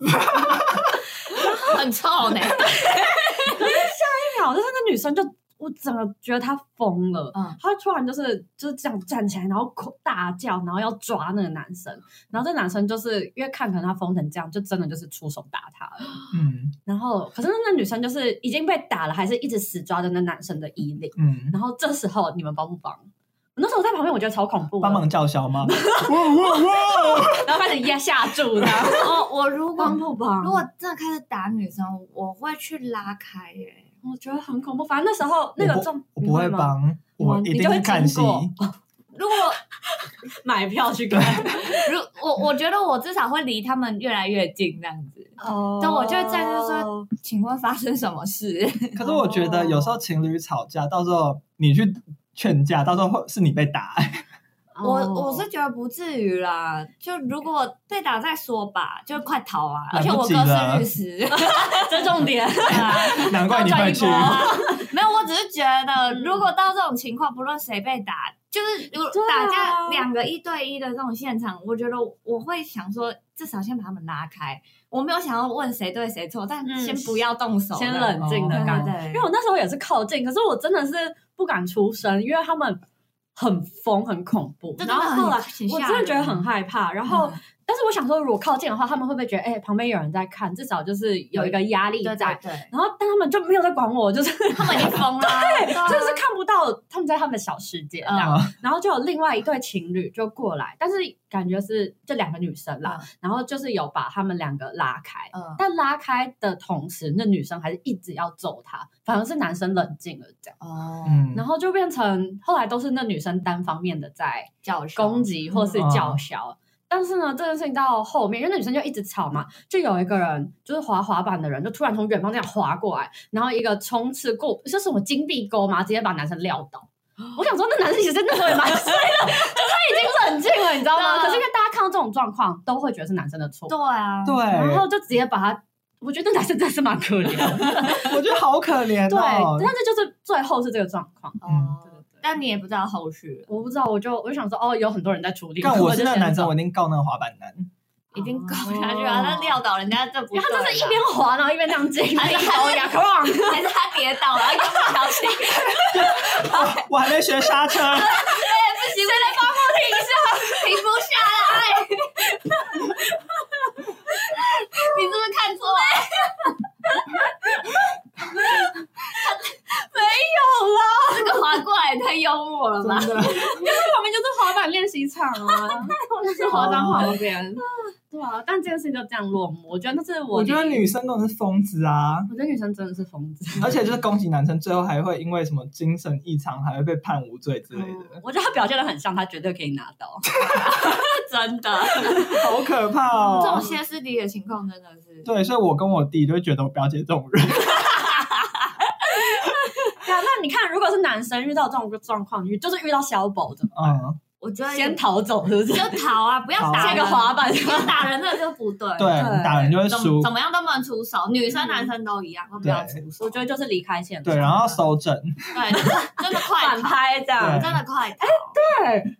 Speaker 1: [laughs] 很臭呢。
Speaker 3: 对啊，就是那女生就我整个觉得她疯了，
Speaker 1: 嗯
Speaker 3: 她突然就是就是这样站起来，然后哭大叫，然后要抓那个男生，然后这男生就是因为看可能他疯成这样，就真的就是出手打他了。
Speaker 2: 嗯
Speaker 3: 然后可是那女生就是已经被打了，还是一直死抓着那男生的衣领。
Speaker 2: 嗯，
Speaker 3: 然后这时候你们帮不帮？我那时候我在旁边，我觉得超恐怖的，
Speaker 2: 帮忙叫
Speaker 3: [laughs]
Speaker 2: 嚣吗？哇哇哇！
Speaker 3: 然后开始压下注的， [laughs]
Speaker 1: 哦，我如果
Speaker 3: 帮不帮？
Speaker 1: 如果真的开始打女生，我会去拉开耶。
Speaker 3: 我觉得很恐怖，反正那时候那个状，
Speaker 2: 我
Speaker 3: 你
Speaker 2: 不会
Speaker 3: 吗
Speaker 2: 帮，我
Speaker 3: 你
Speaker 2: 一
Speaker 3: 就
Speaker 2: 定
Speaker 3: 会
Speaker 2: 是看戏
Speaker 3: 经。过
Speaker 1: 如果
Speaker 3: 买票去看，
Speaker 1: 如我我觉得我至少会离他们越来越近这样子。
Speaker 3: 哦
Speaker 1: 但我就会站着说，请问发生什么事？
Speaker 2: [laughs] 可是我觉得有时候情侣吵架，到时候你去劝架，到时候会是你被打。 [laughs]
Speaker 1: 我
Speaker 3: 哦
Speaker 1: 我是觉得不至于啦，就如果被打再说吧，就快逃啊！
Speaker 2: 来
Speaker 1: 而且
Speaker 2: 不
Speaker 1: 我
Speaker 2: 及
Speaker 1: 哥
Speaker 2: 了
Speaker 1: 是律
Speaker 3: [laughs]
Speaker 1: 师，
Speaker 3: 这重点，
Speaker 1: 对啊
Speaker 2: [laughs] 难怪你
Speaker 3: [laughs]
Speaker 2: 会去
Speaker 1: 要。转移过来 [laughs] 没有，我只是觉得，
Speaker 3: 啊嗯
Speaker 1: 如果到这种情况，不论谁被打，就是如果
Speaker 3: 对啊
Speaker 1: 打架两个一对一的这种现场，我觉得我会想说，至少先把他们拉开。我没有想要问谁对谁错，但
Speaker 3: 嗯
Speaker 1: 先不要动手，
Speaker 3: 先冷静的
Speaker 1: 哦对
Speaker 3: 感
Speaker 1: 对
Speaker 3: 觉。
Speaker 1: 对，
Speaker 3: 因为我那时候也是靠近，可是我真的是不敢出声，因为他们很疯、很恐怖。
Speaker 1: 这真
Speaker 3: 然
Speaker 1: 的
Speaker 3: 后后来
Speaker 1: 很
Speaker 3: 我
Speaker 1: 很吓
Speaker 3: 真的觉得
Speaker 1: 人啊
Speaker 3: 很害怕。然后，
Speaker 1: 嗯
Speaker 3: 但是我想说，如果靠近的话，他们会不会觉得，哎、旁边有人在看，至少就是有一个压力
Speaker 1: 对
Speaker 3: 在
Speaker 1: 对。对，
Speaker 3: 然后，但他们就没有在管我，
Speaker 1: [laughs]
Speaker 3: 就是
Speaker 1: 他们已经疯了，对
Speaker 3: [laughs]
Speaker 1: 啊，嗯
Speaker 3: 就是看不到他们在他们的小世界这 [laughs] 样。然后就有另外一对情侣就过来，但是感觉是这两个女生啦，然后就是有把他们两个拉开，
Speaker 1: 嗯，
Speaker 3: 但拉开的同时，那女生还是一直要揍他，反而是男生冷静了这样，
Speaker 1: 哦，
Speaker 2: 嗯，
Speaker 3: 然后就变成后来都是那女生单方面的在
Speaker 1: 叫嚣
Speaker 3: 攻击或
Speaker 1: 嗯
Speaker 3: 是叫嚣。但是呢，这件事情到后面，因为那女生就一直吵嘛，就有一个人就是滑滑板的人，就突然从远方这样滑过来，然后一个冲刺过，是什么金币钩嘛，直接把男生撂倒。
Speaker 1: [gasps]
Speaker 3: 我想说，那男生其实那时候也蛮 [laughs] 衰的，就他已经冷静了，你知道吗？
Speaker 1: [laughs] 对啊
Speaker 3: 可是因为大家看到这种状况，都会觉得是男生的错。
Speaker 1: 对啊，
Speaker 2: 对，嗯
Speaker 3: 然后就直接把他，我觉得男生真的是蛮可怜
Speaker 2: [laughs]
Speaker 3: 的，
Speaker 2: 我觉得好可怜
Speaker 3: 对，
Speaker 2: 哦。
Speaker 3: 但是就是最后是这个状况，
Speaker 1: 哦
Speaker 3: 对对对
Speaker 1: 但你也不知道后续了，
Speaker 3: 我不知道，我就我就想说，哦，有很多人在处理，
Speaker 2: 但我
Speaker 3: 就
Speaker 2: 是那个
Speaker 3: 先
Speaker 2: 男生，
Speaker 3: 走
Speaker 2: 我一定告那个滑板男。
Speaker 3: [laughs]
Speaker 1: 已经搞下去了，
Speaker 3: 哦
Speaker 1: 他撂倒人家这不
Speaker 3: 因为
Speaker 1: 对
Speaker 3: 他
Speaker 1: 吧，
Speaker 3: 就是一边滑，然后一边那样进， [laughs]
Speaker 1: 还是
Speaker 3: 好哎呀，come on [laughs]
Speaker 1: 还是他跌倒了，一个不小心，
Speaker 2: 我还没学
Speaker 3: [laughs]
Speaker 2: 刹车，
Speaker 1: 不行，谁来帮我停下？停不下来。 [laughs] 你是不是看错
Speaker 3: [laughs]
Speaker 1: 了？没有啦，这个滑过来也太幽默了
Speaker 2: 真
Speaker 1: 吧？
Speaker 2: 的。
Speaker 3: 旁边就是滑板练习场啊，
Speaker 2: 哦
Speaker 3: 就是滑板旁边，对啊，但这件事情就这样落幕，我觉得那是我，
Speaker 2: 我觉得女，生都是疯子啊，
Speaker 3: 我觉得女生真的是疯子，
Speaker 2: 而且就是攻击男生，最后还会因为什么精神异常，还会被判无罪之类的，
Speaker 3: 我觉得她表现的很像，她绝对可以拿到， [laughs] 真的，
Speaker 2: 好可怕哦。
Speaker 1: 这种歇斯底里的情况真的是，
Speaker 2: 对，所以我跟我弟就会觉得我表姐这种
Speaker 3: [laughs]
Speaker 2: 人，
Speaker 3: 对啊，那你看，如果是男生遇到这种状况，你就是遇到小宝怎么
Speaker 2: 嗯，
Speaker 1: 我觉得
Speaker 3: 先逃走，是不是？
Speaker 1: 就逃啊，不要
Speaker 2: 逃
Speaker 1: 打
Speaker 3: 这个
Speaker 1: 人
Speaker 3: 滑板， [laughs]
Speaker 1: 打人那就不对，
Speaker 2: 对，啊
Speaker 3: 对
Speaker 2: 打人就会
Speaker 1: 怎
Speaker 2: 输
Speaker 1: 么，怎么样都不能出手，女生男生都一样，都不要出手。
Speaker 3: 我觉得就是离开现场，
Speaker 2: 对，然后手整，
Speaker 1: 对，真的真的
Speaker 3: [laughs]
Speaker 1: 快
Speaker 3: 反
Speaker 1: 逃，
Speaker 3: 拍这样
Speaker 2: 对。
Speaker 1: 真的快逃。
Speaker 3: 对，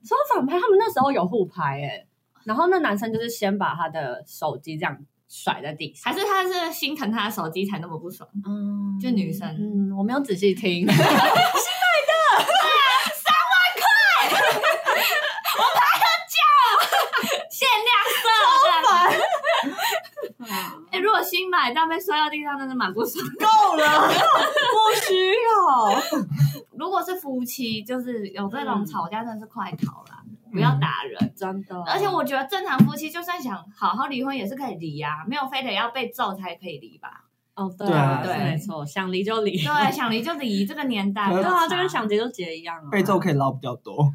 Speaker 3: 说到反拍，他们那时候有互拍哎、然后那男生就是先把他的手机这样甩在地上，
Speaker 1: 还是他是心疼他的手机才那么不爽？
Speaker 3: 嗯，
Speaker 1: 就女生
Speaker 3: 嗯，我没有仔细 [laughs] 听，
Speaker 1: 限量色的。
Speaker 3: 够
Speaker 1: 哎、如果新买但被摔到地上，真的蛮不爽。
Speaker 3: 了，不需要。
Speaker 1: 如果是夫妻，就是有这种
Speaker 3: 嗯
Speaker 1: 吵架，真的是快逃啦，不要打人。
Speaker 3: 真的，
Speaker 1: 而且我觉得正常夫妻就算想好好离婚也是可以离呀、啊，没有非得要被揍才可以离吧？
Speaker 3: 哦，对
Speaker 2: 对啊
Speaker 3: 对，
Speaker 1: 对
Speaker 3: 没错，想离就离，
Speaker 1: 对，想离就离，这个年代
Speaker 2: 对
Speaker 3: 对啊，就
Speaker 1: 跟
Speaker 3: 跟想结就结一样啊，
Speaker 2: 被揍可以捞比较多，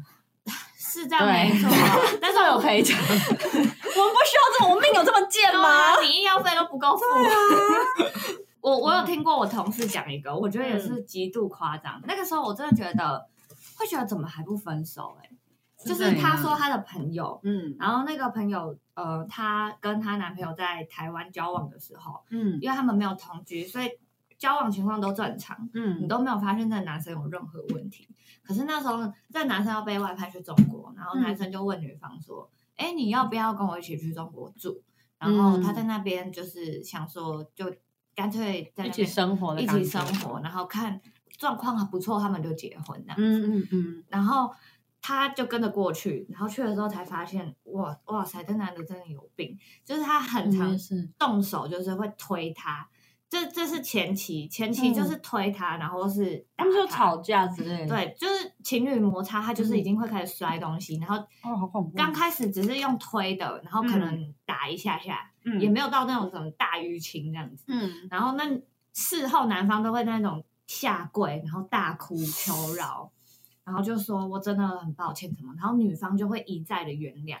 Speaker 1: 是这样
Speaker 3: 对
Speaker 1: 没错，但
Speaker 3: 但
Speaker 1: 是
Speaker 3: 是有
Speaker 1: 我
Speaker 3: 赔 [laughs] 偿，我们不需要这么，我们命有这么贱
Speaker 1: 对啊
Speaker 3: 吗
Speaker 1: 啊，？你医药费都不够付。嗯我我有听过我同事讲一个，我觉得也是极度夸张。那个时候我真的觉得，会觉得怎么还不分手、欸？哎，就是她说她的朋友，
Speaker 4: 嗯
Speaker 1: 然后那个朋友呃，她跟她男朋友在台湾交往的时候，
Speaker 4: 嗯
Speaker 1: 因为他们没有同居，所以交往情况都正常，你
Speaker 4: 嗯，
Speaker 1: 都没有发现这个男生有任何问题。可是那时候这个男生要被外派去中国，然后
Speaker 3: 嗯
Speaker 1: 男生就问女方说：“哎、你要不要跟我一起去中国住？”然后他在
Speaker 3: 嗯
Speaker 1: 那边就是想说，就干脆
Speaker 3: 啊
Speaker 1: 在
Speaker 3: 一
Speaker 1: 那
Speaker 3: 起
Speaker 1: 边
Speaker 3: 生活的
Speaker 1: 一
Speaker 3: 感觉
Speaker 1: 起生活，然后看状况还不错，他们就结婚了。
Speaker 3: 嗯嗯嗯，
Speaker 1: 然后他就跟着过去，然后去的时候才发现，哇哇塞，这男的真的有病，就是他很常
Speaker 3: 嗯是
Speaker 1: 动手，就是会推他。这这是前期，前期就是推他，然后是打
Speaker 3: 嗯他们就
Speaker 1: 他
Speaker 3: 吵架之类的，，
Speaker 1: 对，就是情侣摩擦，他就是已经会开始摔东西，然后
Speaker 3: 哦，嗯好恐怖，
Speaker 1: 刚开始只是用推的，然后可能打一下下，
Speaker 4: 嗯
Speaker 1: 也没有到那种什么大淤青这样子。
Speaker 4: 嗯
Speaker 1: 然后那事后男方都会那种下跪，然后大哭求饶，然后就说我真的很抱歉什么，然后女方就会一再的原谅，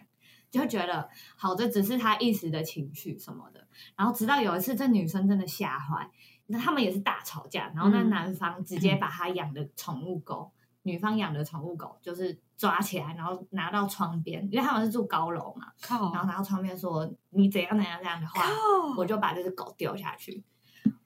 Speaker 1: 就会觉得好，这只是他一时的情绪什么的。然后直到有一次，这女生真的吓坏，那他们也是大吵架，然后那
Speaker 4: 嗯
Speaker 1: 男方直接把他养的宠物狗。女方养的宠物狗就是抓起来，然后拿到窗边，因为他们是住高楼嘛，
Speaker 3: 靠
Speaker 1: 然后拿到窗边说：“你怎样怎样怎样的话，
Speaker 3: 哦
Speaker 1: 我就把这只狗丢下去。”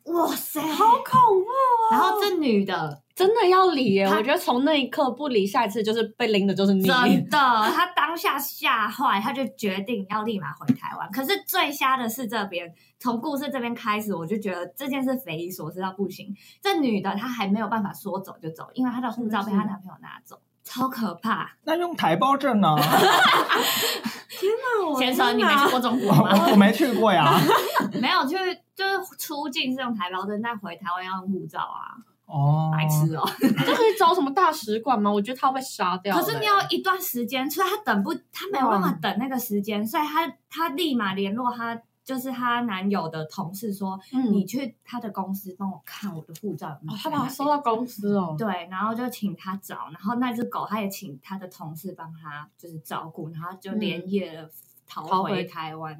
Speaker 1: 哇塞！
Speaker 3: 好哦恐怖，
Speaker 1: 然后这女的
Speaker 3: 真的要离耶！
Speaker 1: 他
Speaker 3: 我觉得从那一刻不离，下一次就是被拎的就是你。 [laughs]
Speaker 1: 真的，她当下吓坏，她就决定要立马回台湾。可是最瞎的是这边，从故事这边开始，我就觉得这件事匪夷所思到不行。这女的她还没有办法说走就走，因为她的护照被她男朋友拿走，超可怕。
Speaker 2: 那用台胞证呢？
Speaker 1: 先生，你没
Speaker 3: [laughs]
Speaker 1: 去过中国
Speaker 2: 我
Speaker 1: 吗？ [laughs]
Speaker 2: 我我没去过呀。
Speaker 1: 没有，就是就是出境是用台胞证，但回台湾要用护照啊，
Speaker 2: 哦，
Speaker 1: 白痴哦。
Speaker 3: 这可以找什么大使馆吗？我觉得他会被杀掉的。
Speaker 1: 可是你要一段时间，所以他等不，他没有办法等那个时
Speaker 3: 嗯
Speaker 1: 间，所以他他立马联络他就是她男友的同事说，
Speaker 3: 嗯
Speaker 1: 你去他的公司帮我看我的护照有没
Speaker 3: 哦
Speaker 1: 有、，
Speaker 3: 他把它收。到公司哦。
Speaker 1: 对，然后就请他找，然后那只狗他也请他的同事帮他就是照顾，然后就连夜地逃
Speaker 3: 逃
Speaker 1: 回
Speaker 3: 回
Speaker 1: 台湾，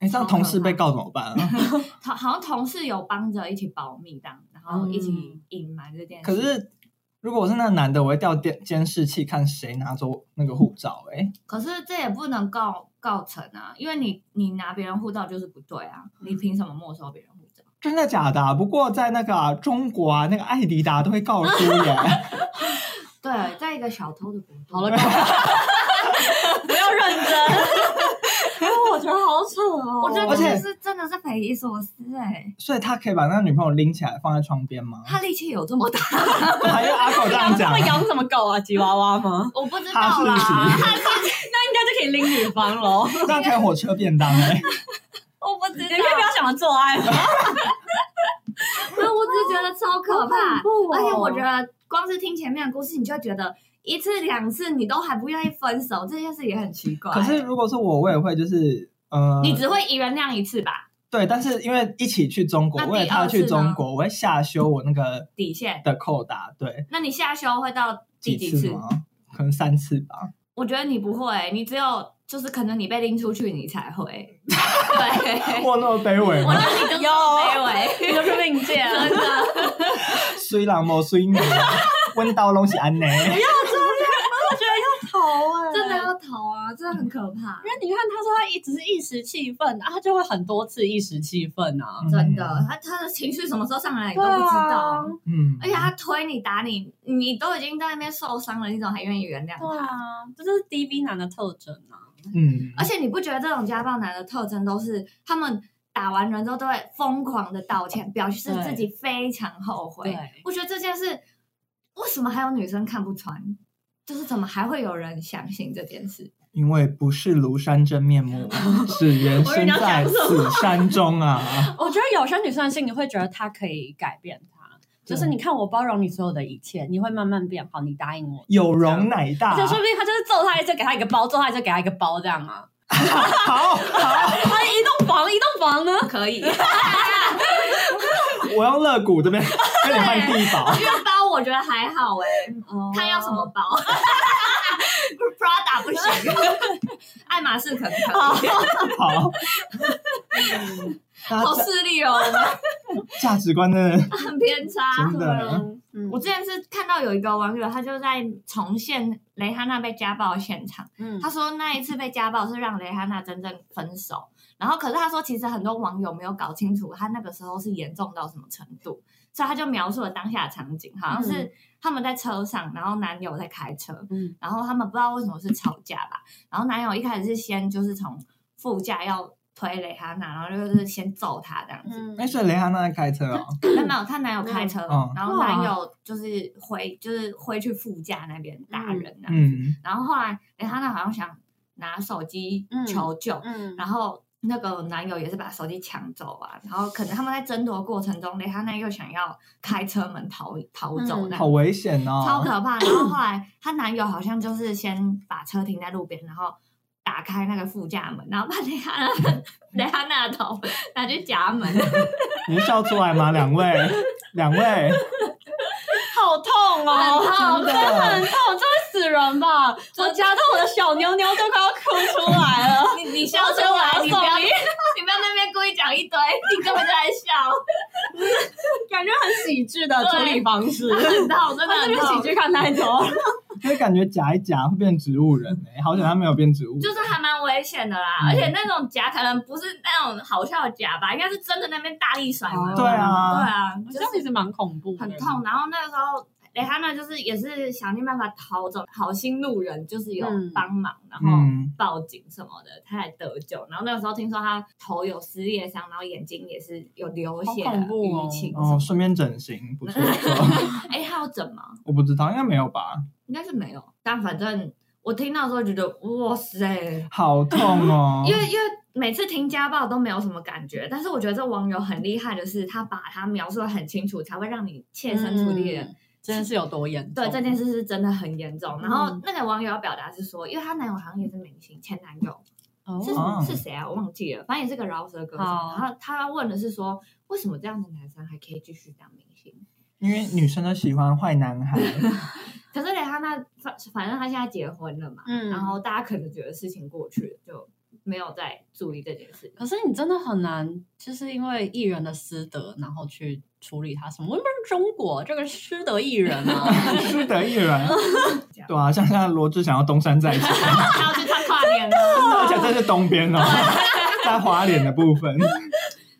Speaker 2: 哎，这样同事被告怎么办啊？ [laughs]
Speaker 1: 好好像同事有帮着一起保密这样，然后一
Speaker 3: 嗯
Speaker 1: 起隐瞒这件事。
Speaker 2: 可是如果我是那个男的，我会调监监视器看谁拿走那个护照、欸。哎，
Speaker 1: 可是这也不能告告成啊，因为你你拿别人护照就是不对啊，你凭什么没收别人护照？
Speaker 2: 真的假的啊、不过在那个啊、中国啊，那个艾迪达都会告输耶。 [laughs]
Speaker 1: 对，在一个小偷的国度。
Speaker 3: 好 [laughs] 了，，不要认真。哎，我觉得好扯哦。
Speaker 1: 我觉得
Speaker 2: 而且
Speaker 1: 这是真的是匪夷所思哎、
Speaker 2: 所以他可以把那个女朋友拎起来放在窗边吗？
Speaker 1: 他力气有这么大？
Speaker 2: 还有阿狗这样
Speaker 3: 养他
Speaker 2: 讲
Speaker 3: 们
Speaker 2: 啊，
Speaker 3: 养什么狗啊？吉娃娃吗？
Speaker 1: 我不知
Speaker 2: 哈
Speaker 1: 道
Speaker 2: 士
Speaker 3: 啊
Speaker 1: 啦，
Speaker 2: 奇，
Speaker 3: [laughs] 那应该就可以拎女方喽。
Speaker 2: 那可以火车便当哎、
Speaker 1: 我不知
Speaker 3: 你
Speaker 1: 道
Speaker 3: 可以，不要想着做爱吗？
Speaker 1: 没有我只是觉得超可怕。
Speaker 3: 怖哦
Speaker 1: 而且我觉得光是听前面的故事，你就会觉得一次两次你都还不愿意分手，这件事也很奇怪。
Speaker 2: 可是如果是我，我也会就是呃，
Speaker 1: 你只会原谅一次吧，
Speaker 2: 对，但是因为一起去中国
Speaker 1: 那，第
Speaker 2: 为了他去
Speaker 1: 二次
Speaker 2: 中
Speaker 1: 呢
Speaker 2: 国，我会下修我那个
Speaker 1: 底线。
Speaker 2: 的扣打，对，
Speaker 1: 那你下修会到第几
Speaker 2: 次吗？可能三次吧。
Speaker 1: 我觉得你不会，你只有就是可能你被拎出去，你才会。对，
Speaker 2: 我那么卑微
Speaker 1: 哎我欸
Speaker 2: 吗
Speaker 1: 觉？得你就是
Speaker 3: 有
Speaker 1: 卑微，
Speaker 3: 你就是命贱。
Speaker 1: 真的。
Speaker 2: 虽然我虽
Speaker 1: [laughs]
Speaker 2: 然温到拢是安内，
Speaker 3: 头哎
Speaker 1: 真的要逃啊！真的很可怕
Speaker 3: 因，为你看，他说他一直是一时气愤，啊，他就会很多次一时气愤啊。
Speaker 1: 真的。他他的情绪什么时候上来你都不知道，
Speaker 2: 嗯，嗯
Speaker 1: 而且他推你打你，你都已经在那边受伤了，你怎么还愿意原谅
Speaker 3: 对
Speaker 1: 他？
Speaker 3: 啊，这就是 DV 男的特征啊。
Speaker 2: 嗯，
Speaker 1: 而且你不觉得这种家暴男的特征都是他们打完人之后都会疯狂的道歉，表示自己非常后悔。
Speaker 3: 对
Speaker 1: 我觉得这件事为什么还有女生看不穿？就是怎么还会有人相信这件事？ [laughs]
Speaker 2: 因为不是庐山真面目，只缘身在此山中啊。
Speaker 3: 我觉得有些女生的心里会觉得她可以改变他，就是你看我包容你所有的一切，你会慢慢变好，你答应我。
Speaker 2: 有容乃大，
Speaker 3: 而且说不定他就是揍他一次，给他一个包；揍他一次，给他一个包，这样啊。
Speaker 2: 好好，
Speaker 3: [laughs] 他一栋房，一栋房呢？
Speaker 1: 可以，
Speaker 2: 我用肋骨这
Speaker 1: [laughs]
Speaker 2: 边跟你换地堡。
Speaker 1: 因为包我觉得还好哎、看要什么包哦，Prada
Speaker 2: [laughs]
Speaker 1: 不行，爱马仕可能可以。
Speaker 2: 好，大
Speaker 1: [laughs] 好
Speaker 2: 家
Speaker 1: 势利哦，我们
Speaker 2: 价价值观真的
Speaker 1: 很偏差。
Speaker 2: [laughs] 真的，
Speaker 3: 嗯
Speaker 1: 我之前是看到有一个网友，他就在重现蕾哈娜被家暴的现场。
Speaker 3: 嗯
Speaker 1: 他说那一次被家暴是让蕾哈娜真正分手，然后可是他说其实很多网友没有搞清楚他那个时候是严重到什么程度，所以他就描述了当下的场景，好像是他们在车上，然后男友在开车，
Speaker 3: 嗯
Speaker 1: 然后他们不知道为什么是吵架吧，然后男友一开始是先就是从副驾要推蕾哈娜，然后就是先揍她这样子，
Speaker 3: 嗯
Speaker 2: 哎，所以蕾哈娜在开车哦，
Speaker 1: 没有没有，她男友开车，
Speaker 2: 嗯
Speaker 1: 然后男友就是回就是回去副驾那边打人啊，
Speaker 2: 嗯，
Speaker 1: 然后后来蕾哈娜好像想拿手机求救，
Speaker 3: 嗯
Speaker 1: 然后那个男友也是把手机抢走啊，然后可能他们在争夺过程中，蕾哈娜又想要开车门逃逃走
Speaker 3: 嗯
Speaker 1: 那样。
Speaker 2: 好危险哦，
Speaker 1: 超可怕。然后后来她男友好像就是先把车停在路边，然后打开那个副驾门，然后把蕾哈娜蕾哈娜的头拿去夹门，
Speaker 2: 你是笑出来吗？两
Speaker 1: [laughs]
Speaker 2: 位，两位，
Speaker 3: 好痛哦，
Speaker 1: 很痛
Speaker 3: 真的很痛，这会死人吧！我夹到我的小妞妞都快要哭出来了。
Speaker 1: [laughs] 你你 [laughs] 笑出来，你不要你不要那边故意讲一堆，你根本就在笑， [laughs]
Speaker 3: 感觉很喜剧的处
Speaker 1: 对
Speaker 3: 理方式。
Speaker 1: [laughs] 很痛，
Speaker 3: 他
Speaker 1: 真的
Speaker 3: 这
Speaker 1: 很
Speaker 3: 边喜
Speaker 1: 痛。
Speaker 3: 剧看太多了，
Speaker 2: 就是感觉夹一夹会变植物人哎，好险他没有变植物，
Speaker 1: 就是还蛮危险的啦，
Speaker 2: 嗯
Speaker 1: 而且那种夹可能不是那种好笑的夹吧，应该是真的那边大力甩门。
Speaker 3: 哦
Speaker 2: 对
Speaker 1: 对
Speaker 2: 啊，
Speaker 1: 啊，
Speaker 3: 这
Speaker 1: 就
Speaker 3: 样
Speaker 1: 是
Speaker 3: 其实蛮恐怖的，
Speaker 1: 很痛。然后那个时候，蕾哈娜就是也是想尽办法逃走，好心路人就是有
Speaker 3: 嗯
Speaker 1: 帮忙，然后
Speaker 2: 嗯，
Speaker 1: 报警什么的，她才得救。然后那个时候听说她头有撕裂伤，然后眼睛也是有流血、
Speaker 3: 好恐怖哦
Speaker 1: 淤青什
Speaker 2: 哦
Speaker 1: 么，
Speaker 2: 顺便整形，不错不错， [laughs]
Speaker 1: 的。哎，她有整吗？
Speaker 2: 我不知道，应该没有吧？
Speaker 1: 应该是没有，但反正我听到的时候觉得哇塞，
Speaker 2: 好痛哦
Speaker 1: [laughs] ，因为因为每次听家暴都没有什么感觉，但是我觉得这网友很厉害的是，他把它描述的很清楚，才会让你切身处地的。
Speaker 3: 嗯这件事有多严重？
Speaker 1: 对这件事是真的很严重。然后
Speaker 3: 嗯
Speaker 1: 那个网友要表达是说，因为她男友好像也是明星，前男友是、
Speaker 3: 哦，
Speaker 2: 哦
Speaker 1: 是谁啊？我忘记了，反正也是个饶舌歌手。
Speaker 3: 好
Speaker 1: 然后他问的是说，为什么这样的男生还可以继续当明星？
Speaker 2: 因为女生都喜欢坏男孩，
Speaker 1: 可是蕾哈娜反反正她现在结婚了嘛，
Speaker 3: 嗯
Speaker 1: 然后大家可能觉得事情过去了，就没有再注意这件事。
Speaker 3: 可是你真的很难，就是因为艺人的私德，然后去处理他什么？我又不是中国，这个是失德艺人啊。 [laughs]
Speaker 2: 是得意
Speaker 1: [laughs]
Speaker 2: 人，对啊，像现在罗志祥要东山再起，
Speaker 1: 然后 [laughs] 就他跨年了，
Speaker 2: 而且这是东边哦，在花脸的部分，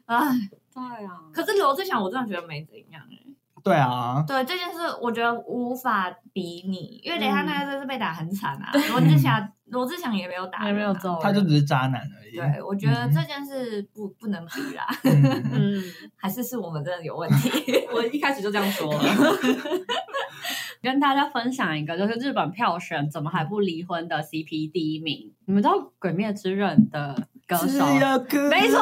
Speaker 1: 唉。
Speaker 3: 对啊，
Speaker 1: 可是罗志祥，我真的觉得没怎样哎、
Speaker 2: 对啊，
Speaker 1: 对这件事，我觉得无法比拟，因为蕾哈娜真的是被打很惨啊。罗志祥，罗志祥也没有嗯打、
Speaker 3: [laughs]
Speaker 1: 啊
Speaker 3: 还没有。走，
Speaker 2: 他就只是渣男而已，
Speaker 1: 对，我觉得这件事不不能比啦，
Speaker 2: 嗯，
Speaker 3: 嗯，
Speaker 1: 还是是我们真的有问题。
Speaker 3: 我一开始就这样说了。 [laughs] 跟大家分享一个，就是日本票选怎么还不离婚的 CP 第一名。你们知道《鬼灭之刃》的歌手
Speaker 2: 没
Speaker 3: 嗯没错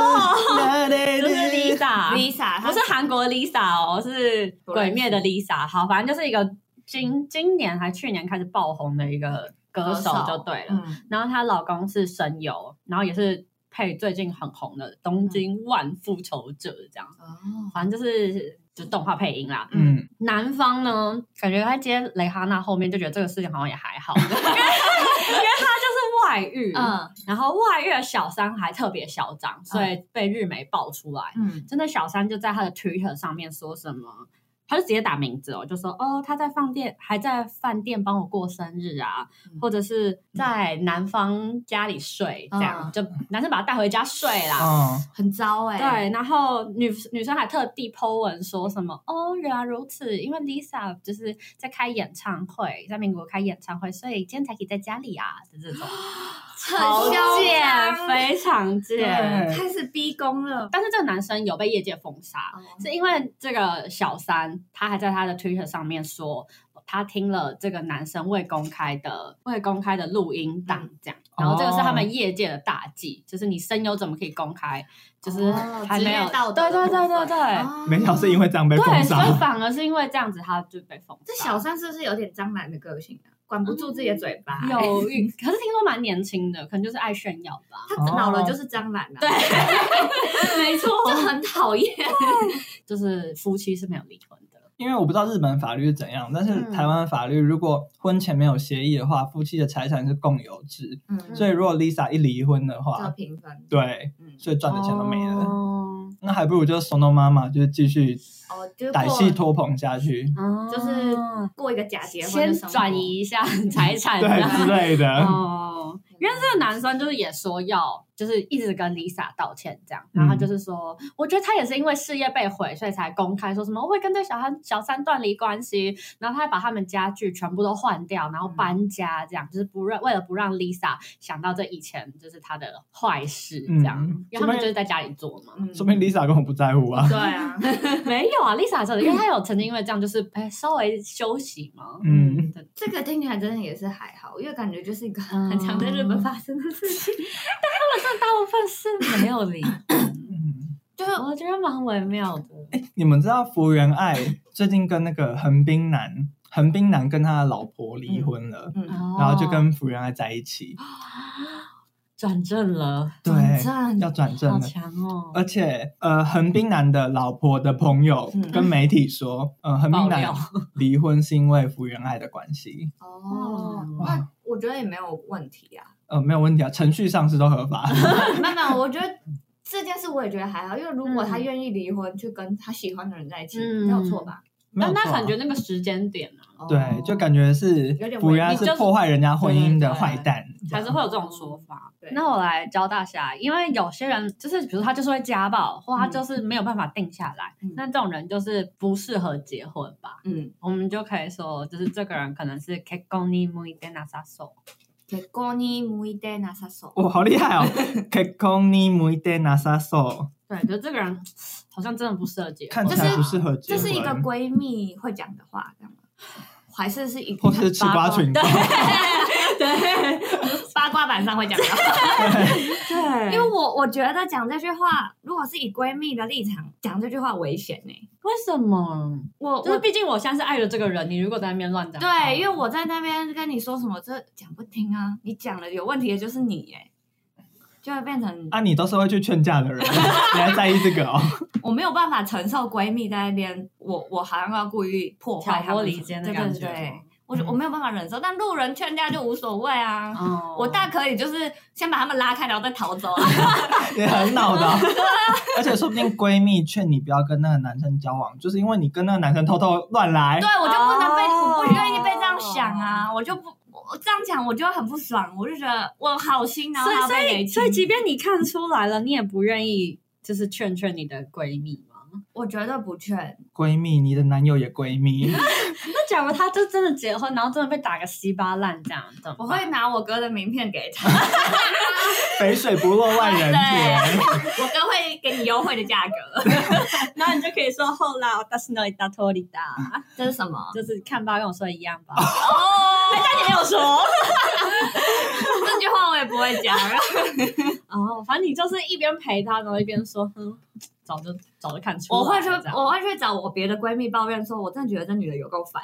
Speaker 3: 就是
Speaker 2: 错
Speaker 3: Lisa，
Speaker 1: Lisa，
Speaker 3: 啊不是韩国 Lisa 哦，是《鬼灭》的 Lisa。好，反正就是一个今今年还去年开始爆红的一个歌手就对了。
Speaker 1: 嗯，
Speaker 3: 然后她老公是声优，然后也是配最近很红的《东京万复仇者》这样。
Speaker 1: 哦，
Speaker 3: 反正就是就动画配音啦。
Speaker 2: 嗯，
Speaker 3: 男方呢，感觉他接蕾哈娜后面就觉得这个事情好像也还 [laughs] 好，因为因为他就是外遇，
Speaker 1: 嗯
Speaker 3: 然后外遇的小三还特别嚣张，所以被日媒爆出来。
Speaker 1: 嗯，
Speaker 3: 真的小三就在他的 Twitter 上面说什么，他就直接打名字哦，就说哦他在饭店还在饭店帮我过生日啊，
Speaker 1: 嗯
Speaker 3: 或者是在男方家里睡这样，
Speaker 1: 嗯哦
Speaker 3: 就男生把他带回家睡啦。
Speaker 2: 嗯，
Speaker 1: 很糟哎、
Speaker 3: 对，然后女女生还特地 po 文说什么哦，原来如此，因为 Lisa 就是在开演唱会，在民国开演唱会，所以今天才可以在家里啊的这种，
Speaker 1: 很
Speaker 3: 好
Speaker 1: 嚣
Speaker 3: 贱，
Speaker 1: 张，
Speaker 3: 非常贱。
Speaker 2: 对
Speaker 1: 开始逼宫了。
Speaker 3: 但是这个男生有被业界封杀，是因为这个小三，他还在他的 Twitter 上面说，他听了这个男生未公开的未公开的录音档，
Speaker 1: 嗯
Speaker 3: 这样，然后这个是他
Speaker 1: 哦
Speaker 3: 们业界的大忌，就是你声优怎么可以公开，就是
Speaker 1: 哦
Speaker 3: 还没有，
Speaker 1: 职业道德
Speaker 3: 对对对对对，
Speaker 1: 哦
Speaker 2: 没想到是因为这样被
Speaker 3: 对，所
Speaker 2: 封
Speaker 3: 以
Speaker 2: 杀，
Speaker 3: 反而是因为这样子，他就被封杀。
Speaker 1: 这小三是不是有点张兰的个性啊？管不住自己的嘴巴、欸，
Speaker 3: 嗯有欲，可是听说蛮年轻的，可能就是爱炫耀吧。
Speaker 1: 哎他
Speaker 2: 哦
Speaker 1: 老了就是张兰啊，
Speaker 3: 对， [laughs] 没错，
Speaker 1: [laughs] 就很讨厌。
Speaker 3: 就是夫妻是没有离婚的。
Speaker 2: 因为我不知道日本法律是怎样，但是
Speaker 3: 嗯
Speaker 2: 台湾法律如果婚前没有协议的话，夫妻的财产是共有制，
Speaker 1: 嗯，
Speaker 2: 所以如果 Lisa 一离婚的
Speaker 1: 要
Speaker 2: 话，
Speaker 1: 平分。
Speaker 2: 对，
Speaker 1: 嗯，
Speaker 2: 所以赚的钱都没了。
Speaker 3: 嗯哦
Speaker 2: 那还不如就怂恿妈妈就继续
Speaker 1: 哦，就是
Speaker 2: 歹戏拖
Speaker 1: 过
Speaker 2: 捧下去，
Speaker 1: 哦就是过一个假结婚
Speaker 3: 先
Speaker 1: 的生活，
Speaker 3: 转移一下 [laughs] 财产这
Speaker 2: 对之
Speaker 3: 样。
Speaker 2: 类的。
Speaker 3: 哦，因为这个男生就是也说要，就是一直跟 Lisa 道歉这
Speaker 2: 嗯
Speaker 3: 样，然后他就是说，我觉得他也是因为事业被毁，所以才公开说什么我会跟这小三小三断离关系，然后他还把他们家具全部都换掉，然后
Speaker 2: 嗯
Speaker 3: 搬家这样，就是不让为了不让 Lisa 想到这以前就是他的坏事这样，
Speaker 2: 嗯
Speaker 3: 因为他们就是在家里做
Speaker 2: [laughs]
Speaker 3: 嘛。
Speaker 1: 嗯
Speaker 2: 说明 Lisa 根本不在乎啊。
Speaker 1: 对啊， [laughs]
Speaker 3: 没有啊，Lisa 真的，因为他有曾经因为这样就是哎稍微休息嘛。
Speaker 2: 嗯，
Speaker 3: 对
Speaker 1: 这个听起来真的也是还好，因为感觉就是一个
Speaker 3: 嗯
Speaker 1: 很常在日本发生的事情，
Speaker 3: 大部分是没有
Speaker 2: [laughs]
Speaker 3: 离，
Speaker 2: 嗯
Speaker 1: 就是
Speaker 3: 我觉得蛮微妙的。
Speaker 2: 你们知道福原爱最近跟那个横滨男，横滨男跟他的老婆离婚了，
Speaker 1: 嗯，
Speaker 2: [laughs] 然后就跟福原爱在一起。
Speaker 3: 哦转正了，
Speaker 2: 对
Speaker 1: 转，
Speaker 2: 要转正
Speaker 3: 好
Speaker 2: 了。
Speaker 3: 强哦！
Speaker 2: 而且，呃，横滨男的老婆的朋友
Speaker 1: 嗯
Speaker 2: 跟媒体说，呃，横滨
Speaker 3: 爆
Speaker 2: 男
Speaker 3: 料
Speaker 2: 离婚是因为福原爱的关系，
Speaker 1: 哦，
Speaker 2: 哇
Speaker 1: 那我觉得也没有问题啊。 [laughs]
Speaker 2: 呃，没有问题啊，程序上是都
Speaker 3: [laughs]
Speaker 2: 合法。
Speaker 1: 没有没有，我觉得这件事我也觉得还好，因为如
Speaker 2: 嗯
Speaker 1: 果他愿意离婚，去跟他喜欢的人在一起，
Speaker 3: 嗯
Speaker 1: 没有错吧？
Speaker 2: 没有
Speaker 3: 但他
Speaker 2: 错啊
Speaker 3: 感觉那个时间点呢、啊
Speaker 1: 哦
Speaker 2: 对，就感觉是
Speaker 1: 有点
Speaker 2: 福原爱是
Speaker 3: 违
Speaker 2: 破坏人家婚姻的
Speaker 3: 对对对
Speaker 2: 坏蛋，
Speaker 3: 还是会有这种说法
Speaker 1: 嗯对。
Speaker 3: 那我来教大家，因为有些人就是，比如他就是会家暴，或
Speaker 2: 嗯
Speaker 3: 他就是没有办法定下来，
Speaker 1: 嗯
Speaker 3: 那这种人就是不适合结婚吧？
Speaker 1: 嗯，
Speaker 3: 我们就可以说，就是这个人可能是 k e k o n i m u i d e n a s a s o
Speaker 1: 結婚に向いてなさそう。
Speaker 2: 哇，好厉害
Speaker 1: [laughs]
Speaker 2: 哦！結婚に向いてなさそう，
Speaker 3: 对，就这个人好像真的不适合结
Speaker 2: 看
Speaker 3: 婚，
Speaker 2: 起来不适合结
Speaker 1: 这
Speaker 2: 婚，
Speaker 1: 是一个闺蜜会讲的话，这样吗？还是是一
Speaker 2: 或是吃瓜群众，
Speaker 1: 八卦版上会讲的，
Speaker 2: 啊
Speaker 3: 对
Speaker 1: [laughs] 因为我我觉得讲这句话，如果是以闺蜜的立场讲这句话危险呢、
Speaker 3: 为什么？
Speaker 1: 我
Speaker 3: 就是
Speaker 1: 我
Speaker 3: 毕竟我现在是爱着这个人，你如果在那边乱讲话，
Speaker 1: 对，因为我在那边跟你说什么，这讲不听啊，你讲了有问题的就是你耶、就会变成
Speaker 2: [laughs] 啊，你都是会去劝架的
Speaker 1: [laughs]
Speaker 2: 人，你还在意这个哦？
Speaker 1: 我没有办法承受闺蜜在那边，我我好像要故意破坏
Speaker 3: 挑
Speaker 1: 她
Speaker 3: 拨
Speaker 1: 们
Speaker 3: 离
Speaker 1: 什么
Speaker 3: 间的
Speaker 1: 对
Speaker 3: 感
Speaker 1: 对
Speaker 3: 觉。哦嗯
Speaker 1: 对，我就我没有办法忍受，但路人劝架就无所谓啊。
Speaker 3: 哦
Speaker 1: 我大可以就是先把他们拉开，然后再逃走啊。
Speaker 3: [laughs]
Speaker 2: 也很恼
Speaker 1: [laughs]
Speaker 2: 的哦、而且说不定闺蜜劝你不要跟那个男生交往，就是因为你跟那个男生偷偷乱来
Speaker 1: 对，，我就不能被，
Speaker 3: 哦
Speaker 1: 我不愿意被这样想啊！我就不，我这样讲我就很不爽，我就觉得我好心，然后
Speaker 3: 所以
Speaker 1: 还要被雷
Speaker 3: 所以，即
Speaker 1: 击，
Speaker 3: 便你看出来了，你也不愿意就是劝劝你的闺蜜吗？
Speaker 1: 我绝对不劝。
Speaker 2: 闺蜜，你的男友也闺
Speaker 1: [laughs]
Speaker 2: 蜜，
Speaker 3: 那假如她就真的结婚，然后真的被打个稀巴烂这样，怎么办
Speaker 1: 我会拿我哥的名片给他，
Speaker 2: 肥水不落外人
Speaker 1: [laughs]
Speaker 2: 田。
Speaker 1: 我哥会给你优惠的价格。
Speaker 3: 然后你就可以说后来我但是呢，大脱离 [laughs] 的，
Speaker 1: 这是什么？
Speaker 3: 就是看吧，跟我说一样吧。
Speaker 1: 哦，
Speaker 3: 但你没有说
Speaker 1: 这句话我也不会讲。
Speaker 3: [laughs] 哦，反正你就是一边陪她，然后一边说，哼，早就早就看出来了
Speaker 1: 我会去
Speaker 3: 这，样
Speaker 1: 我会去找我别的闺蜜抱怨说，我真的觉得这女的有够烦。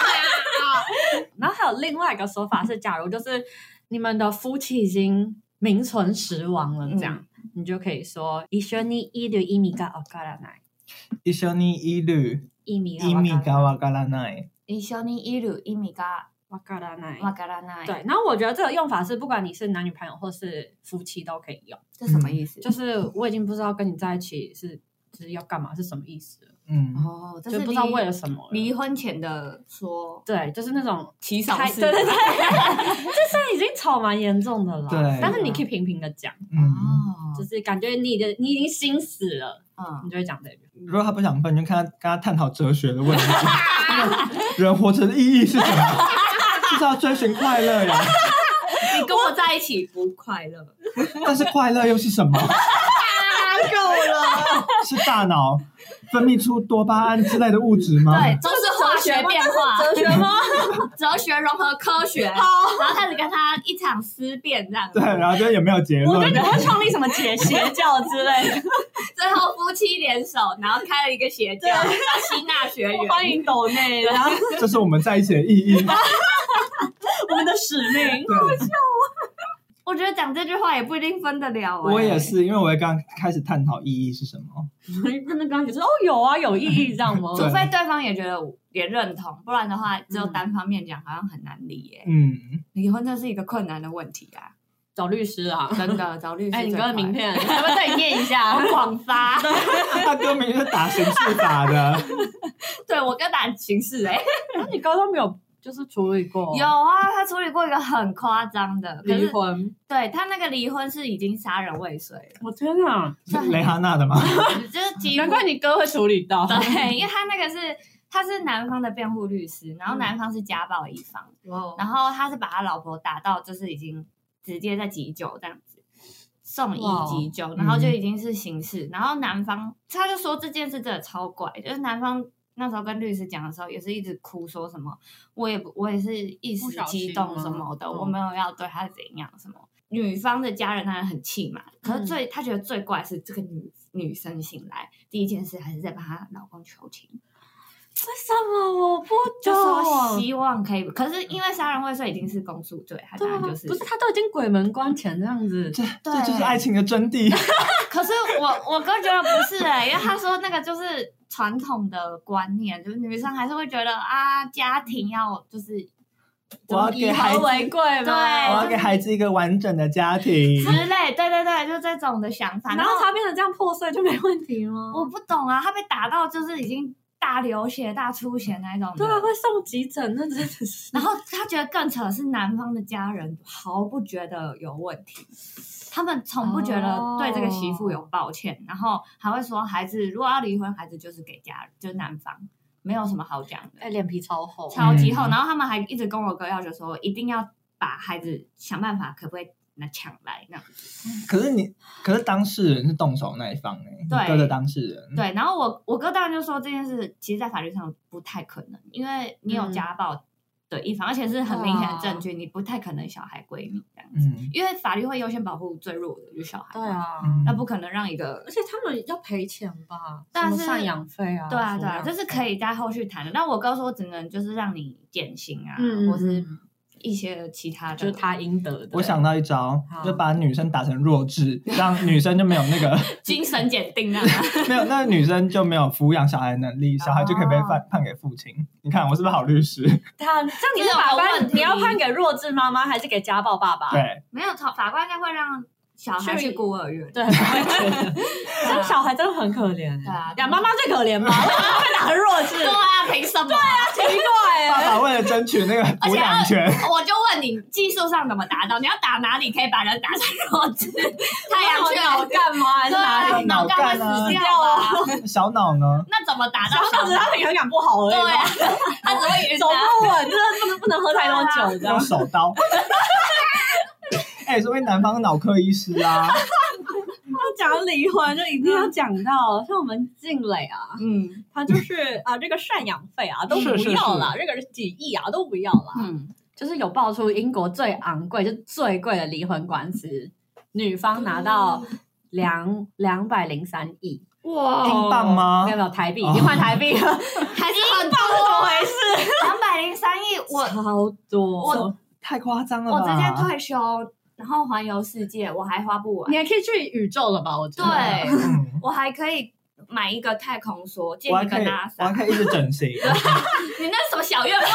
Speaker 3: [laughs] 然后还有另外一个说法是，假如就是你们的夫妻已经名存实亡了，这样、你就可以说一哦緒にいる意味がわからない。
Speaker 2: 一緒にいる
Speaker 3: 意味が
Speaker 2: 意味
Speaker 3: わ
Speaker 2: がわからない。
Speaker 1: 一緒にいる意味が
Speaker 3: からない。
Speaker 1: わからない。
Speaker 3: 对，，然后我觉得这个用法是，不管你是男女朋友或是夫妻都可以用。
Speaker 1: 这什么意思？
Speaker 3: 就是我已经不知道跟你在一起是就是要干嘛，是什么意思了，
Speaker 2: 嗯，
Speaker 1: 哦，这
Speaker 3: 就是不知道
Speaker 1: 离
Speaker 3: 为了什么了
Speaker 1: 离婚前的说
Speaker 3: 对，就是那种 [laughs]
Speaker 1: 起手
Speaker 3: 开，
Speaker 1: 式。
Speaker 3: 对对对，这算已经吵蛮严重的了。
Speaker 2: 对
Speaker 3: 但是你可以平平的讲，
Speaker 2: 嗯，
Speaker 3: 就
Speaker 1: 哦，
Speaker 3: 是感觉你的你已经心死了，
Speaker 1: 嗯
Speaker 3: 你，就会讲这个。
Speaker 2: 如果他不想分，你就看他跟他探讨哲学
Speaker 3: [laughs]
Speaker 2: 的问题，人活着的意义是什么？就是要追寻快乐呀， [laughs]
Speaker 1: 你跟我在一起不快乐，
Speaker 2: 但是快乐又是什
Speaker 3: [laughs]
Speaker 2: 么？
Speaker 1: 够了。
Speaker 2: 是大脑分泌出多巴胺之类的物质吗？
Speaker 1: 对，都是化学变
Speaker 3: [laughs]
Speaker 1: 化，
Speaker 3: 哲学吗？
Speaker 1: 哲学融合科学，然后开始跟他一场思辨这样，
Speaker 2: 对，然后就也没有结
Speaker 3: 我觉得
Speaker 2: 论
Speaker 3: 你。会创立什么邪邪教之类 [laughs] 的。
Speaker 1: 最后夫妻联手，然后开了一个邪教，要吸纳学 [laughs] 员。
Speaker 3: 欢迎抖内，然 [laughs] 后
Speaker 2: 这是我们在一起的意
Speaker 3: [laughs]
Speaker 2: 义。
Speaker 3: 我们的使命。
Speaker 2: 对，
Speaker 1: 我觉得讲这句话也不一定分得了。哎
Speaker 2: 我也，是，因为我会刚开始探讨意义是什么。
Speaker 3: 真的刚刚解释哦，有啊，有意义，这样吗？
Speaker 1: 除非对方也觉得也认同，不然的话，只有单方面讲好像很难理耶。
Speaker 2: 嗯，
Speaker 1: 离婚这是一个困难的问题啊。
Speaker 3: 找律师啊。
Speaker 2: [laughs]
Speaker 1: 真的找律师。
Speaker 3: 哎，你哥的名
Speaker 1: 片
Speaker 3: 片， [laughs] 要不要再念一
Speaker 1: [laughs]
Speaker 3: 下？
Speaker 1: 广发，
Speaker 2: 他哥明明是打刑事法
Speaker 3: [laughs]
Speaker 2: 的，
Speaker 1: 对我跟打情事哎、
Speaker 3: 那你高中没有就是处理过？
Speaker 1: [laughs] 有啊，他处理过一个很夸张的，可
Speaker 3: 离
Speaker 1: 是
Speaker 3: 婚？
Speaker 1: 对他那个离婚是已经杀人未遂了，
Speaker 3: 我天哪！
Speaker 2: 是蕾哈娜的吗？ [laughs]
Speaker 1: 就是几
Speaker 3: 难
Speaker 1: 乎
Speaker 3: 怪你哥会处理到。
Speaker 1: 对，因为他那个是他是男方的辩护律师，然后男方是家暴一方，
Speaker 3: [laughs] 哇
Speaker 1: 然后他是把他老婆打到就是已经直接在急救这样子。送医
Speaker 3: 哇
Speaker 1: 急救，然后就
Speaker 2: 嗯
Speaker 1: 已经是刑事，然后男方他就说这件事真的超怪，就是男方那时候跟律师讲的时候，也是一直哭说什么，我也不我也是一
Speaker 3: 不
Speaker 1: 时
Speaker 3: 小
Speaker 1: 激
Speaker 3: 心
Speaker 1: 动什
Speaker 3: 吗
Speaker 1: 么的，
Speaker 3: 嗯
Speaker 1: 我没有要对他怎样什么。女方的家人当然很气嘛，可是最、他觉得最怪是这个女女生醒来第一件事还是在帮她老公求情，
Speaker 3: 为什么我不
Speaker 1: 就说
Speaker 3: 懂？
Speaker 1: 希望可以，可是因为杀人未遂已经是公诉罪，他
Speaker 3: 哦对
Speaker 1: 当
Speaker 3: 啊，
Speaker 1: 然就
Speaker 3: 不
Speaker 1: 是
Speaker 3: 是他都已经鬼门关前这样子，
Speaker 2: 这
Speaker 1: 对
Speaker 2: 这就是爱情的真谛。
Speaker 1: 可是我我哥觉得不是哎、因为他说那个就是传统的观念，就是女生还是会觉得啊，家庭要就是
Speaker 2: 我要
Speaker 3: 以
Speaker 2: 给孩
Speaker 3: 和
Speaker 2: 子，我
Speaker 3: 为贵
Speaker 1: 对
Speaker 3: 嘛。
Speaker 2: 要给孩子一个完整的家
Speaker 1: [laughs]
Speaker 2: 庭
Speaker 1: 之。类，对对对，就这种的想法。
Speaker 3: 嗯然
Speaker 1: 然后
Speaker 3: 后他变成这样破碎就没问题吗？
Speaker 1: 我不懂啊，他被打到就是已经大流血、大出血那一种的。
Speaker 3: 对啊，会送急诊，那真的是。
Speaker 1: 然后他觉得更扯的是男方的家人毫不觉得有问题，他们从不觉得对这个媳妇有抱歉，然后还会说孩子如果要离婚，孩子就是给家人，就是男方，没有什么好讲的，
Speaker 3: 哎，脸皮超厚，
Speaker 1: 超级厚。
Speaker 2: 嗯
Speaker 1: 然后他们还一直跟我哥要求说，一定要把孩子想办法可不可以拿抢来那样。
Speaker 2: 可是你，可是当事人是动手那一方哎、你
Speaker 1: 对
Speaker 2: 哥的当事人。
Speaker 1: 对，然后我我哥当然就说这件事其实，在法律上不太可能，因为你有
Speaker 3: 嗯
Speaker 1: 家暴的一方，而且是很明显的
Speaker 3: 哇
Speaker 1: 证据，你不太可能小孩归你这样子。
Speaker 2: 嗯，
Speaker 1: 因为法律会优先保护最弱的，就是小孩。
Speaker 3: 对，啊，
Speaker 2: 嗯
Speaker 1: 那不可能让一个
Speaker 3: 而且他们要赔钱吧，
Speaker 1: 但是
Speaker 3: 什么赡养费啊，
Speaker 1: 对啊对啊，这是
Speaker 3: 以，
Speaker 1: 可以在后续谈的。但我哥说，只能就是让你减刑啊，
Speaker 3: 嗯，
Speaker 1: 或是
Speaker 3: 嗯
Speaker 1: 一些其他的。
Speaker 3: 就是他应得的。
Speaker 2: 我想到一招
Speaker 3: 好，
Speaker 2: 就把女生打成弱
Speaker 1: [laughs]
Speaker 2: 智，让女生就没有那个 [laughs]
Speaker 1: 精神检
Speaker 3: [laughs]
Speaker 1: 定啊，对
Speaker 2: 没有，那女生就没有抚养小孩的能力，小孩就可以被判判给父亲。你看我是不是好律师？
Speaker 3: 他这样你
Speaker 1: 这
Speaker 3: 是
Speaker 1: 有
Speaker 3: 法
Speaker 1: 个
Speaker 3: 官
Speaker 1: 问，题
Speaker 3: 你要判给弱智妈妈还是给家暴爸爸？
Speaker 2: 对，
Speaker 1: 没有从法官应该会让小孩去孤儿院。
Speaker 3: [laughs] 对，我也觉得
Speaker 1: [laughs]
Speaker 3: 这样小孩真的很可怜。欸
Speaker 1: 对啊
Speaker 3: 养妈妈最可怜吧，为什么会打成弱智？
Speaker 1: [laughs] 对啊，凭什么？对啊，
Speaker 3: 奇怪欸
Speaker 2: 爸
Speaker 3: 耶，
Speaker 2: 爸为了争取那个抚养
Speaker 1: [laughs]
Speaker 2: 权，
Speaker 1: 我就问你，技术上怎么达到？你要打哪里可以把人打成 [laughs] 弱智？太阳
Speaker 3: 我
Speaker 1: 穴
Speaker 3: 脑干吗？还是
Speaker 1: 对
Speaker 3: 哪
Speaker 1: 啊，
Speaker 3: 里？
Speaker 1: 脑干会死掉啊！
Speaker 2: 小脑呢？
Speaker 1: 那怎么达
Speaker 3: 然
Speaker 1: 到
Speaker 3: 后
Speaker 1: 小
Speaker 3: 导
Speaker 1: 孩？
Speaker 3: 致他平衡感不好而已吧
Speaker 1: 对啊。，他只会晕啊
Speaker 3: 走
Speaker 1: 船
Speaker 3: 不稳，真的不能不能喝太多
Speaker 1: 啊
Speaker 3: 酒这样
Speaker 2: 用。手
Speaker 1: [laughs]
Speaker 2: 刀。哎、说明南方脑科医师啊，
Speaker 3: 要讲离婚就一定要讲到，像我们静蕾啊，
Speaker 1: 嗯
Speaker 3: 她就是啊这个赡养费啊都
Speaker 2: 是
Speaker 3: 不
Speaker 2: 是
Speaker 3: 要啦，这个是几亿啊都不要啦。
Speaker 1: 嗯，
Speaker 3: 就是有爆出英国最昂贵，就最贵的离婚官司，女方拿到两两百零三亿
Speaker 1: 哇
Speaker 2: 英镑吗哦
Speaker 3: 没有没有，台币已经换台币了，
Speaker 1: 还是很
Speaker 3: 这是怎么回事？
Speaker 1: 两百零三亿，我
Speaker 3: 超多
Speaker 1: 我，
Speaker 2: 太夸张了吧！
Speaker 1: 我直接退休，然后环游世界，我还
Speaker 3: [laughs]
Speaker 1: 花不完
Speaker 3: 你。还可以去宇宙了吧？我觉
Speaker 1: 对
Speaker 3: 得，，
Speaker 2: 嗯，
Speaker 1: 我还可以买一个太空梭，建
Speaker 2: 我还
Speaker 1: 一个
Speaker 2: 可以，我还
Speaker 1: NASA。
Speaker 2: 可以一直整形。
Speaker 1: 你那什么小愿望， [laughs]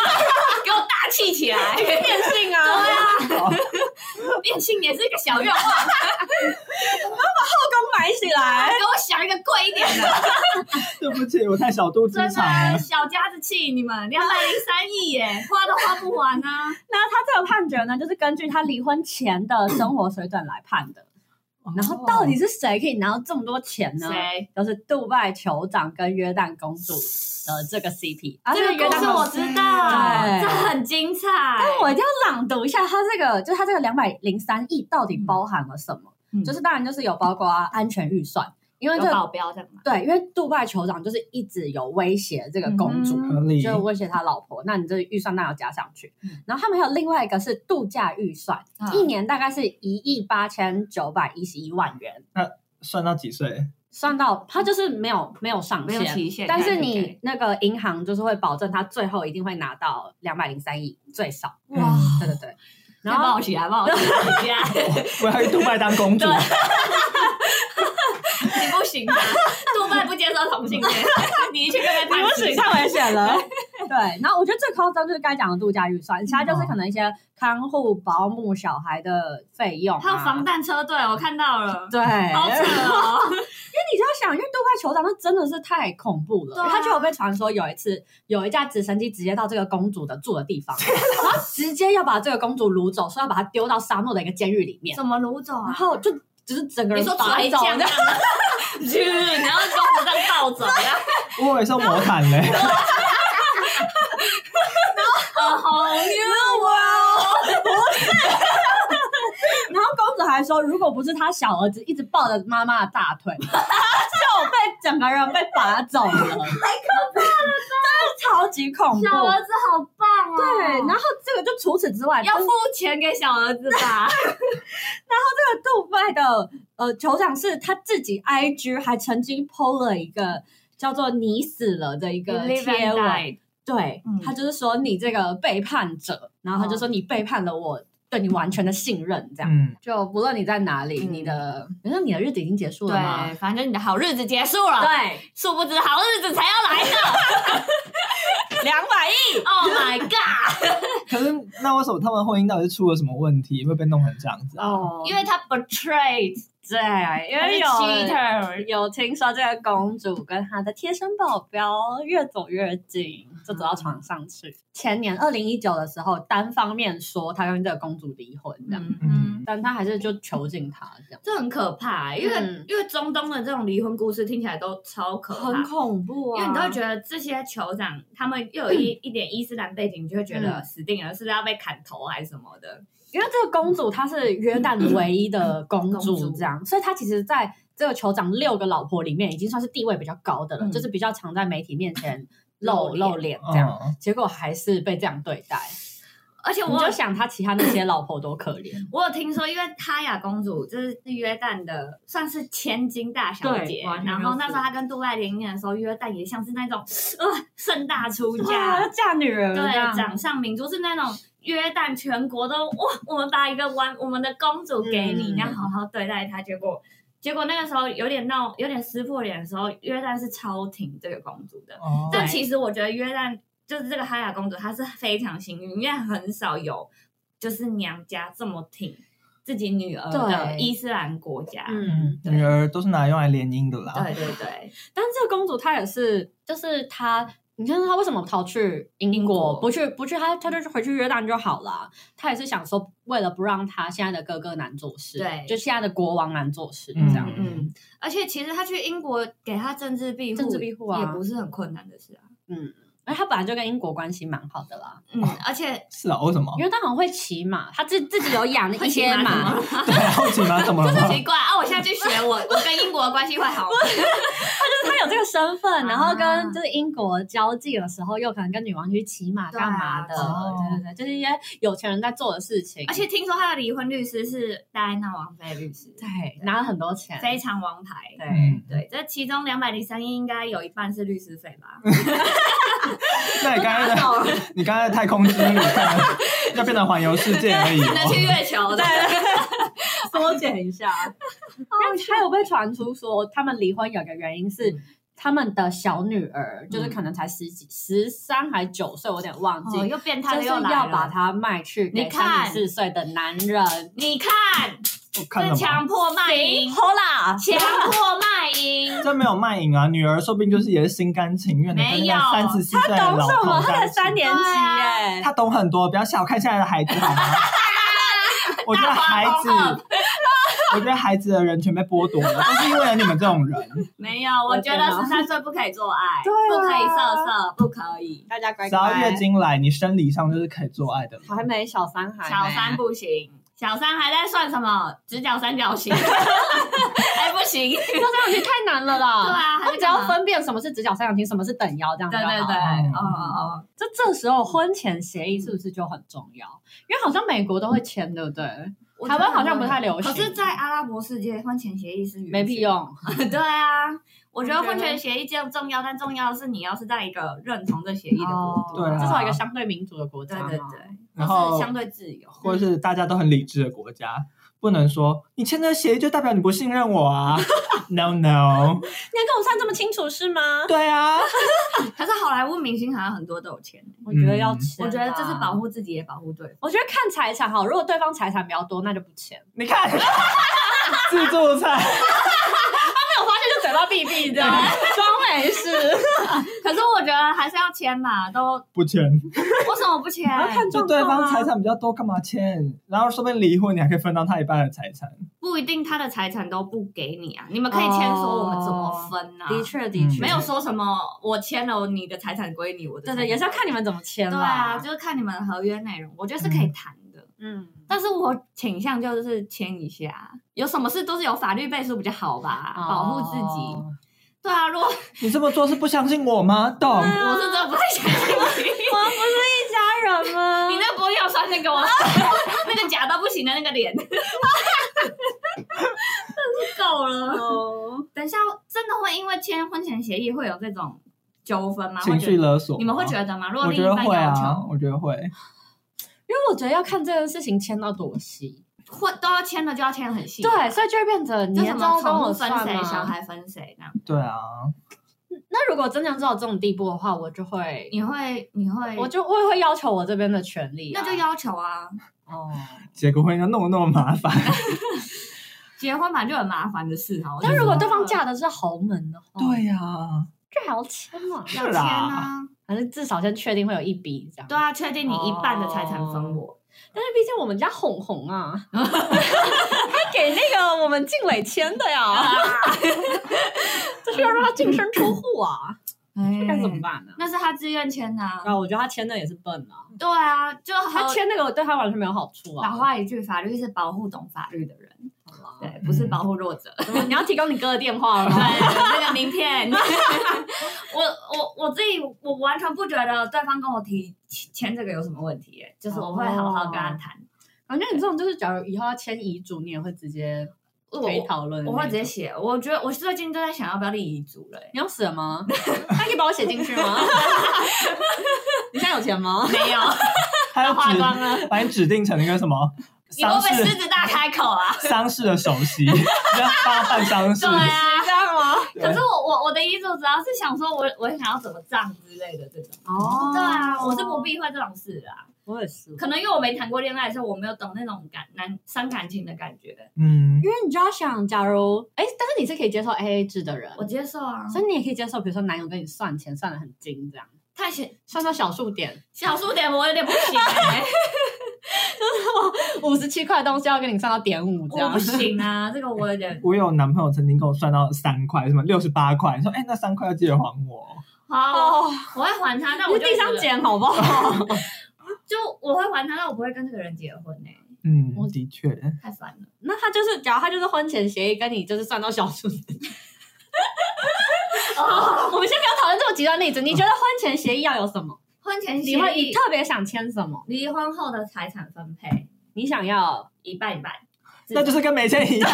Speaker 1: 给我大气起来！
Speaker 3: 变性啊，对啊，
Speaker 1: 变性也是一个小愿望，给
Speaker 3: 都 [laughs] 买起
Speaker 2: 哎
Speaker 3: 来。
Speaker 1: 我想一个贵一点的。
Speaker 2: 对不起，我太小肚鸡
Speaker 1: 真
Speaker 2: 肠
Speaker 1: 的，
Speaker 2: 了。
Speaker 1: 小家子气，你们两百零三亿耶，花都花不完啊！
Speaker 3: [laughs] 那他这个判决呢，就是根据他离婚前的生活水准来判的。然后到底是谁可以拿到这么多钱呢？
Speaker 1: 哦谁？
Speaker 3: 就是杜拜酋长跟约旦公主的这个 CP，啊，
Speaker 1: 这个
Speaker 3: 约
Speaker 1: 故
Speaker 3: 旦
Speaker 1: 事
Speaker 3: 公
Speaker 1: 我
Speaker 3: 主
Speaker 1: 知道，
Speaker 3: 对
Speaker 1: 这很精彩。
Speaker 3: 但我一定要朗读一下它这个，就是它这个两百零三亿到底包含了什么？
Speaker 1: 嗯
Speaker 3: 就是当然就是有包括安全预算，因为
Speaker 1: 有
Speaker 3: 这个
Speaker 1: 保镖在嘛？
Speaker 3: 对，因为杜拜酋长就是一直有威胁这个公主，
Speaker 1: 嗯
Speaker 2: 哦合理？
Speaker 3: 就威胁他老婆，那你这预算当然要加上去。
Speaker 1: 嗯
Speaker 3: 然后他们还有另外一个是度假预算，
Speaker 1: 嗯
Speaker 3: 一年大概是一亿八千九百一十一万元。
Speaker 2: 算到几岁？
Speaker 3: 算到它就是没有没有上
Speaker 1: 没有期限
Speaker 3: 但是
Speaker 1: 该是给
Speaker 3: 你那个银行就是会保证他最后一定会拿到两百零三亿最少。
Speaker 1: 哇
Speaker 2: 嗯
Speaker 3: 对对对，然
Speaker 1: 然
Speaker 3: 后
Speaker 1: 后抱起来，抱 [laughs] 起来，
Speaker 2: 我要去杜拜当公主。
Speaker 1: 你
Speaker 3: [laughs]
Speaker 1: 啊不行的，杜拜不接受同性恋，你去那边
Speaker 3: 你
Speaker 1: 办
Speaker 3: 不
Speaker 1: 事
Speaker 3: 行，太危险了。对，然后我觉得最夸张就是该讲的度假预算，其他
Speaker 1: 嗯
Speaker 3: 就是可能一些看护、保姆、小孩的费用、啊，
Speaker 1: 还有防弹车队，我看到了，
Speaker 3: 对， [laughs]
Speaker 1: 好扯哦。
Speaker 3: 你就要想，因为杜拜酋长那真的是太恐怖了，
Speaker 1: 对啊
Speaker 3: 他就有被传说有一次有一架直升机直接到这个公主的住的地方，然后直接要把这个公主掳走，说要把她丢到沙漠的一个监狱里面，
Speaker 1: 怎么掳走
Speaker 3: 然
Speaker 1: 啊？
Speaker 3: 后就只是整个
Speaker 1: 你
Speaker 3: 人
Speaker 1: 说
Speaker 3: 拔
Speaker 1: 垂
Speaker 3: 走
Speaker 1: 降
Speaker 3: 这 [laughs]
Speaker 1: 这
Speaker 3: 样
Speaker 1: 样吗， [laughs] 去，然后公主这样暴走，啊然后
Speaker 2: 我也是魔毯嘞，
Speaker 1: 呃
Speaker 3: [laughs]
Speaker 1: 好
Speaker 3: 啊然后公主还说，如果不是她小儿子一直抱着妈妈的大腿，她就被整个人被拔走了，太可怕了，真的超级恐怖。
Speaker 1: 小儿子好棒哦。
Speaker 3: 对，然后这个就除此之外，
Speaker 1: 要
Speaker 3: 就是
Speaker 1: 付钱给小儿子吧？
Speaker 3: 杜拜的呃酋长是他自己 IG 还曾经 PO 了一个叫做“你死了”的 [laughs] 一
Speaker 1: You
Speaker 3: 个
Speaker 1: live and
Speaker 3: 贴文，
Speaker 1: die
Speaker 3: 对、
Speaker 1: 嗯
Speaker 3: 他就是说你这个背叛者，然后他就说你背叛了我对你完全的信任，这样、
Speaker 2: 嗯，
Speaker 3: 就不论你在哪里，
Speaker 1: 嗯
Speaker 3: 你的你说你的日子已经结束了吗？
Speaker 1: 对，反正你的好日子结束了，
Speaker 3: 对，
Speaker 1: 殊不知好日子才要来呢。
Speaker 3: [laughs] 两百亿，[laughs]
Speaker 1: Oh my god！
Speaker 2: 可是那为什么他们婚姻到底是出了什么问题，会被弄成这样子啊？
Speaker 3: 哦
Speaker 1: 因为他 betrayed，
Speaker 3: 对，因为
Speaker 1: 他是
Speaker 3: 有
Speaker 1: cheater，
Speaker 3: 有听说这个公主跟她的贴身保镖越走越近，就走到床上去。前年二零一九的时候，单方面说她跟这个公主离婚这样，
Speaker 1: 嗯，
Speaker 3: 但她还是就囚禁她这样，
Speaker 1: 这很可怕、因为、
Speaker 3: 嗯
Speaker 1: 因为中东的这种离婚故事听起来都超可怕，
Speaker 3: 很恐怖啊！
Speaker 1: 因为你都会觉得这些酋长他们
Speaker 3: [clears throat]
Speaker 1: 又有一、一点伊斯兰背景，你就会觉得死定了，是不是要被砍头还是什么的？
Speaker 3: 因为这个公主她是约旦唯一的公
Speaker 1: 公主
Speaker 3: 主，这样，所以她其实在这个酋长六个老婆里面，已经算是地位比较高的了，
Speaker 2: 嗯
Speaker 3: 就是比较常在媒体面前露
Speaker 1: 露
Speaker 3: 露脸这样。
Speaker 2: 嗯
Speaker 3: 结果还是被这样对待，
Speaker 1: 而且
Speaker 3: 你
Speaker 1: 我
Speaker 3: 就
Speaker 1: 有
Speaker 3: 想他其他那些老婆多可怜，
Speaker 1: 我有听说，因为塔雅公主就是约旦的，算是千金大小姐
Speaker 3: 对完。全
Speaker 1: 然后那
Speaker 3: 就
Speaker 1: 时
Speaker 3: 是
Speaker 1: 候她跟杜拜联姻的时候，约旦也像是
Speaker 3: [laughs]
Speaker 1: 那种呃盛大出
Speaker 3: 哇，
Speaker 1: 家，
Speaker 3: 啊嫁女人这样
Speaker 1: 对，掌上明珠是那种约旦全国都哇，我们把一个完我们的公主给你，
Speaker 3: 嗯
Speaker 1: 然后好好对待她。结果结果那个时候有点闹，有点撕破脸的时候，约旦是超挺这个公主的。
Speaker 2: 哦
Speaker 1: 但其实我觉得约旦就是这个哈雅公主，她是非常幸运，因为很少有就是娘家这么挺自己女儿的
Speaker 3: 对
Speaker 1: 伊斯兰国家。
Speaker 3: 嗯，
Speaker 1: 对
Speaker 2: 女儿都是拿来用来联姻的啦。
Speaker 1: 对对对，
Speaker 3: 但是这个公主她也是，就是她，你看她为什么逃去英国，
Speaker 1: 英国
Speaker 3: 不去不去，她她就是回去约旦就好了。她也是想说，为了不让她现在的哥哥难做事，
Speaker 1: 对
Speaker 3: 就现在的国王难做事、
Speaker 2: 嗯
Speaker 3: 这样。
Speaker 1: 嗯，而且其实她去英国给她政治庇护，
Speaker 3: 政治庇护啊哦
Speaker 1: 也不是很困难的事啊。
Speaker 3: 而哎她本来就跟英国关系蛮好的啦，
Speaker 1: 嗯，而且
Speaker 2: 是啊，为什么
Speaker 3: 因？为她很会骑马，她自自己有养一
Speaker 1: 会骑
Speaker 3: 些
Speaker 1: 马
Speaker 3: 马，哦
Speaker 1: 吗
Speaker 2: [laughs] 对啊，好奇吗？怎
Speaker 1: [laughs]
Speaker 2: 么了吗？
Speaker 1: 奇怪啊！我现在去学我，我跟英国的关系会好吗？
Speaker 3: 她有这个身份，然后
Speaker 1: [laughs] 啊
Speaker 3: 跟就是英国交际的时候，又可能跟女王去骑马
Speaker 1: 对啊
Speaker 3: 干嘛的，
Speaker 1: 对
Speaker 2: 啊
Speaker 3: 对对对，就是一些有钱人在做的事情，
Speaker 1: 而且听说她的离婚律师是戴安娜王妃律师，
Speaker 3: 对拿了很多钱，
Speaker 1: 非常王牌。
Speaker 3: 对。
Speaker 2: 嗯，
Speaker 1: 对，这其中两百零三亿应该有一半是律师费吧？
Speaker 2: 那你刚才的， [laughs] 你刚才的太空之旅，看来要变成环游世界而已
Speaker 1: 能去
Speaker 2: 哦。
Speaker 1: 月球的。
Speaker 3: 缩减 [laughs] 一下，因为他有被传出说他们离婚有个原因是
Speaker 1: 嗯
Speaker 3: 他们的小女儿，就是可能才十几、十三还九岁，我有点忘记，
Speaker 1: 哦，又变态
Speaker 3: 就
Speaker 1: 的
Speaker 3: 是
Speaker 1: 又来
Speaker 3: 要把
Speaker 1: 了。
Speaker 3: 她卖去给
Speaker 1: 你看
Speaker 3: 三十四岁的男人。哎
Speaker 1: 你看，
Speaker 2: 我看
Speaker 1: 这
Speaker 2: 了吗？
Speaker 1: 强迫卖淫，
Speaker 3: 好啦，
Speaker 1: 强迫卖淫，
Speaker 2: 这没有卖淫啊，女儿说不定就是也是心甘情愿的，
Speaker 1: 没有
Speaker 2: 三十四岁的
Speaker 3: 懂
Speaker 2: 老
Speaker 3: 什么？
Speaker 2: 头
Speaker 3: 他才
Speaker 2: 在一起
Speaker 3: 三年级耶、
Speaker 2: 他懂很多，不要小看现在的孩子
Speaker 3: [laughs]
Speaker 2: 好吗？我觉得孩子，
Speaker 3: 啊
Speaker 2: [laughs] 我觉得孩子的人权被剥夺
Speaker 3: [laughs]
Speaker 2: 了，都是因为了你们这种人。
Speaker 1: 没有，我觉得十三岁不可以做爱，
Speaker 3: 对啊
Speaker 1: 不可以色色，不可以，
Speaker 3: 大家乖
Speaker 2: 只要月
Speaker 3: 乖，
Speaker 2: 经来，你生理上就是可以做爱的了。
Speaker 3: 还没小三还没
Speaker 1: 小三不行，小三还在算什么直角三角 [laughs] 形，哎还不行，
Speaker 3: 小三角形太难了啦。
Speaker 1: 对啊
Speaker 3: 他们只要分辨什么是直角三角形，什么是等腰，这样就
Speaker 1: 对
Speaker 3: 好
Speaker 1: 对
Speaker 3: 了
Speaker 1: 对，哦哦哦，
Speaker 3: 这这时候婚前协议是不是就很重要？因为好像美国都会签，对不对？
Speaker 1: 我
Speaker 3: 台湾好像不太流行
Speaker 1: 可是，在阿拉伯世界，婚前协议是允许的
Speaker 3: 没屁。用。
Speaker 1: [laughs] 对啊，我觉得
Speaker 3: 我觉得
Speaker 1: 婚前协议这样重要，但重要的是你要是在一个认同这协议的国度。
Speaker 2: 对啊
Speaker 3: 至少一个相对民主的国
Speaker 1: 对
Speaker 3: 家嘛。
Speaker 1: 对对，
Speaker 2: 然
Speaker 1: 或
Speaker 2: 后
Speaker 1: 是相对自由，
Speaker 2: 或是大家都很理智的国家，不能说你签这协议就代表你不信任
Speaker 3: [laughs]
Speaker 2: 我啊，no no，
Speaker 4: 你还跟我算这么清楚是吗？
Speaker 2: 对啊，
Speaker 1: 可是好莱坞明星好像很多都有钱，
Speaker 3: 我觉得要
Speaker 2: 嗯
Speaker 3: 签、
Speaker 1: 我觉得这是保。护自己也保护对方。
Speaker 3: 我觉得看财产好，如果对方财产比较多，那就不签。
Speaker 2: 你看自助餐，
Speaker 3: 没有发现就嘴巴闭
Speaker 1: [laughs]
Speaker 3: 闭的，装没事。
Speaker 1: 可是我觉得还是要签嘛，都
Speaker 2: 不签，
Speaker 1: 为什么不签？
Speaker 2: 就对
Speaker 1: 啊
Speaker 2: 方财产比较多，干嘛签？然后说不定离婚你还可以分到他一半的财产，
Speaker 1: 不一定他的财产都不给你啊，你们可以签说我们怎么分啊？
Speaker 3: 哦的确，的确，
Speaker 1: 没有说什么我签了你的财产归你，我的
Speaker 3: 对
Speaker 1: 财
Speaker 3: 对，
Speaker 1: 产
Speaker 3: 也是要看你们怎么签
Speaker 1: 对
Speaker 3: 啦
Speaker 1: 啊，就是看你们合约内容，我觉得是可以谈的。
Speaker 3: 嗯，
Speaker 1: 但是我倾向就是签一下，有什么事都是有法律背书比较好吧，保护自己。
Speaker 3: 哦
Speaker 1: 对啊，如果
Speaker 2: 你这么做是不相信我吗？懂？
Speaker 1: 我是真的不太相
Speaker 3: [laughs]
Speaker 1: 信你，
Speaker 3: [laughs] 我们不是一家人吗？
Speaker 1: 你那玻尿酸那个我， [laughs] 那个假到不行的那
Speaker 3: [laughs]
Speaker 1: 个脸，真是够了。
Speaker 3: 哦，
Speaker 1: 等一下，真的会因为签婚前协议会有这种纠纷吗？
Speaker 2: 情
Speaker 1: 会
Speaker 2: 绪
Speaker 1: 觉得
Speaker 2: 勒索，
Speaker 1: 你们会觉得吗？如果
Speaker 2: 我
Speaker 1: 另
Speaker 2: 觉
Speaker 1: 一
Speaker 2: 得
Speaker 1: 半
Speaker 2: 会
Speaker 1: 要
Speaker 2: 啊
Speaker 1: 求，，
Speaker 2: 我觉得会。
Speaker 3: 因为我觉得要看这件事情签到多细，
Speaker 1: 会都要签的就要签得很细，，
Speaker 3: 对，所以就会变成你
Speaker 1: 就
Speaker 3: 要
Speaker 1: 什
Speaker 3: 知
Speaker 1: 么
Speaker 3: 道跟
Speaker 1: 宠
Speaker 3: 我
Speaker 1: 物分
Speaker 3: 算啊吗
Speaker 1: 谁，小。孩分谁那样。
Speaker 2: 对啊，
Speaker 3: 那如果真的到这种地步的话，我就会，
Speaker 1: 你会你会，
Speaker 3: 我就我也会要求我这边的权利、啊，
Speaker 1: 哎那就要求啊，
Speaker 3: 哦。
Speaker 2: 结个婚要弄得那么麻
Speaker 1: [laughs]
Speaker 2: 烦，
Speaker 1: 结婚嘛就很麻烦的事啊哈。我
Speaker 3: 但
Speaker 1: 就
Speaker 3: 如果
Speaker 1: 觉得
Speaker 3: 对方嫁的是豪门的
Speaker 1: 哦
Speaker 3: 话，，
Speaker 2: 对啊呀、
Speaker 3: 这还要签吗？
Speaker 1: 要
Speaker 2: 是
Speaker 1: 签啊
Speaker 2: 啦，
Speaker 3: 还是至少先确定会有一笔这样。
Speaker 1: 对啊，确定你一半的财产分
Speaker 3: 哦
Speaker 1: 我。
Speaker 3: 但是毕竟我们家红红啊，
Speaker 1: [laughs]
Speaker 3: 他给那个我们静伟签的呀，
Speaker 1: [laughs]
Speaker 3: 就是要让他净身出户啊，
Speaker 1: 哎
Speaker 3: 这该怎么？办呢？
Speaker 1: 那是他自愿签的、啊。
Speaker 3: 啊，我觉得他签的也是笨啊，
Speaker 1: 对啊，就
Speaker 3: 他
Speaker 1: 和
Speaker 3: 签那个对他完全没有好处啊。
Speaker 1: 老话一句，法律是保护懂法律的人，
Speaker 3: 好啦，
Speaker 1: 对，不是保护弱者。
Speaker 3: 怎嗯么你要提供你哥的电话了 [laughs]
Speaker 1: 对，
Speaker 3: 吗？
Speaker 1: 那个名片， [laughs] 我我我自己我完全不觉得对方跟我提签这个有什么问题耶，就是我会好好跟他谈，
Speaker 3: [laughs] 反正你这种就是，假如以后要签遗嘱，你也会直接
Speaker 1: 我
Speaker 3: 可以讨论。
Speaker 1: 我会直接。写。我觉得我最近都在想要不要立遗嘱了耶，
Speaker 3: 你要死了吗？ [laughs] 他可以把我写进去吗？ [laughs] 你现在有钱吗？
Speaker 1: 没 [laughs] 有，
Speaker 2: 还要
Speaker 1: 花光
Speaker 2: 指
Speaker 1: 了。
Speaker 2: 把你指定成一个什么
Speaker 1: [laughs] 你会
Speaker 2: 丧
Speaker 1: 不会狮
Speaker 2: 事
Speaker 1: 子大开口 [laughs] 啊？
Speaker 2: 丧事的首
Speaker 1: [laughs]
Speaker 2: 席，要帮他办丧事
Speaker 1: 对。啊，
Speaker 3: [laughs] 这样吗？
Speaker 2: 对
Speaker 1: 可是我我我的遗嘱主要是想说我我想要怎么葬之类的这种。
Speaker 3: 哦
Speaker 1: 对啊，我是不，避讳这种事啊。
Speaker 3: 我也是。
Speaker 1: 可能因为我没谈过恋爱，所以我没有懂那种感难伤感情的感觉。
Speaker 2: 嗯
Speaker 3: 因，为你就要想，假如哎，但是你是可以接受 A A 制的人，
Speaker 1: 我接受啊，
Speaker 3: 所以你也可以接受，比如说男友跟你算钱算的很精，这样
Speaker 1: 太显
Speaker 3: 算到小数点，
Speaker 1: 小数点我有点不行、欸，
Speaker 3: 五十七块的东西要跟你算到点五这
Speaker 1: 我
Speaker 3: 样
Speaker 1: 不。行啊，这个我有点
Speaker 2: 我有男朋友曾经跟我算到三块，什么六十八块，你说哎、那三块要记得还我。
Speaker 1: [laughs] 好，我
Speaker 3: 哦，
Speaker 1: 我会还他，但
Speaker 3: 我
Speaker 1: 我
Speaker 3: 地上
Speaker 1: 结
Speaker 3: 捡好不 [laughs] 好？
Speaker 1: 就我会还他，但我不会跟这个人结婚呢、
Speaker 2: 嗯
Speaker 3: 我，
Speaker 2: 的确，
Speaker 1: 太烦了。
Speaker 3: 那他就是，假如他就是婚前协议跟你就是算到小数点。哦， [laughs] 我们先不要讨论这么极端例子。你觉得婚前协议要有什么？
Speaker 1: [laughs] 婚前协
Speaker 3: 你会你
Speaker 1: 议，
Speaker 3: 特别想签什么？
Speaker 1: 离婚后的财产分配
Speaker 3: 你想
Speaker 2: [laughs]
Speaker 3: 要
Speaker 1: 一半一半，
Speaker 2: 那就是跟没钱一样，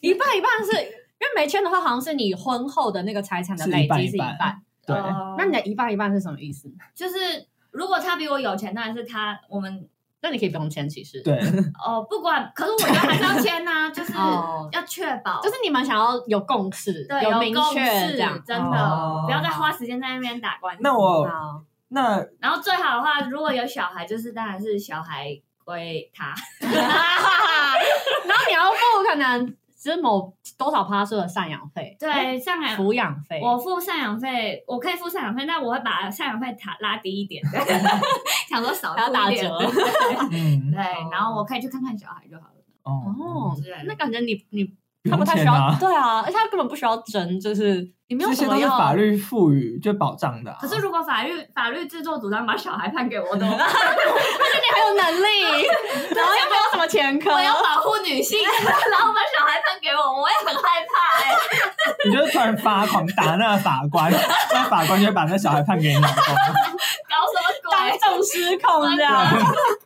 Speaker 3: 一半一半是，因为没签的话，好像是你婚后的那个财产的
Speaker 2: 是一
Speaker 3: 累
Speaker 2: 半
Speaker 3: 积
Speaker 2: 一
Speaker 3: 是一
Speaker 2: 半哦
Speaker 3: 半。
Speaker 2: 对，
Speaker 1: 呃
Speaker 3: 那你的一半一半是什么意思？
Speaker 1: 就是如果他比我有钱，当然是他我们
Speaker 3: 那你可以不用签，其实。
Speaker 2: 对，
Speaker 1: 哦、不管，可是我觉得还是要签呐、就是
Speaker 3: 哦
Speaker 1: 要确保，
Speaker 3: 就是你们想要有共识，
Speaker 1: 对有
Speaker 3: 明
Speaker 1: 共
Speaker 3: 确
Speaker 1: 识
Speaker 3: 这样。
Speaker 1: 真
Speaker 2: 哦
Speaker 1: 的不要再花时间在那边打官司。
Speaker 2: 那我
Speaker 3: 好
Speaker 2: 那
Speaker 1: 然后最好的话，如果有小孩，就是当然是小孩归他。
Speaker 3: [laughs]
Speaker 1: [laughs]
Speaker 3: 然后你要付可能只某多少趴数的赡养费，
Speaker 1: 对，赡养
Speaker 3: 抚养费。
Speaker 1: 哎我付赡养费，我可以付赡养费，但我会把赡养费塔拉低 [laughs] 一点，想说少
Speaker 3: 还要打
Speaker 1: 付一点。哦
Speaker 3: 折
Speaker 1: [laughs]
Speaker 2: 嗯
Speaker 1: 对，然后我可以去看看小孩就好了。
Speaker 3: 哦
Speaker 2: 哦，
Speaker 1: 对，
Speaker 3: 那感觉你你
Speaker 2: 不
Speaker 3: 他
Speaker 2: 用
Speaker 3: 不太需
Speaker 2: 钱
Speaker 3: 要，
Speaker 2: 啊，
Speaker 3: [laughs] 对啊，而且他根本不需要争，就是你没有
Speaker 2: 这
Speaker 3: 什
Speaker 2: 些
Speaker 3: 么
Speaker 2: 都是
Speaker 3: 要
Speaker 2: 法律赋予就保障的啊。
Speaker 1: 可是如果法律法律制作主张把小孩判给 [laughs] 我，怎么办？
Speaker 3: 你还有能 [laughs] 力，然后又没有什么前科
Speaker 1: 我，要保护女性， [laughs] 然后把小孩判给我，我也很害怕
Speaker 2: [laughs]
Speaker 1: 哎、
Speaker 2: 你就是突然发狂打那个法官， [laughs] 那法官就把那小孩判给你老公。
Speaker 1: 搞什么
Speaker 3: 当
Speaker 1: 鬼？啊
Speaker 3: 众失控这样。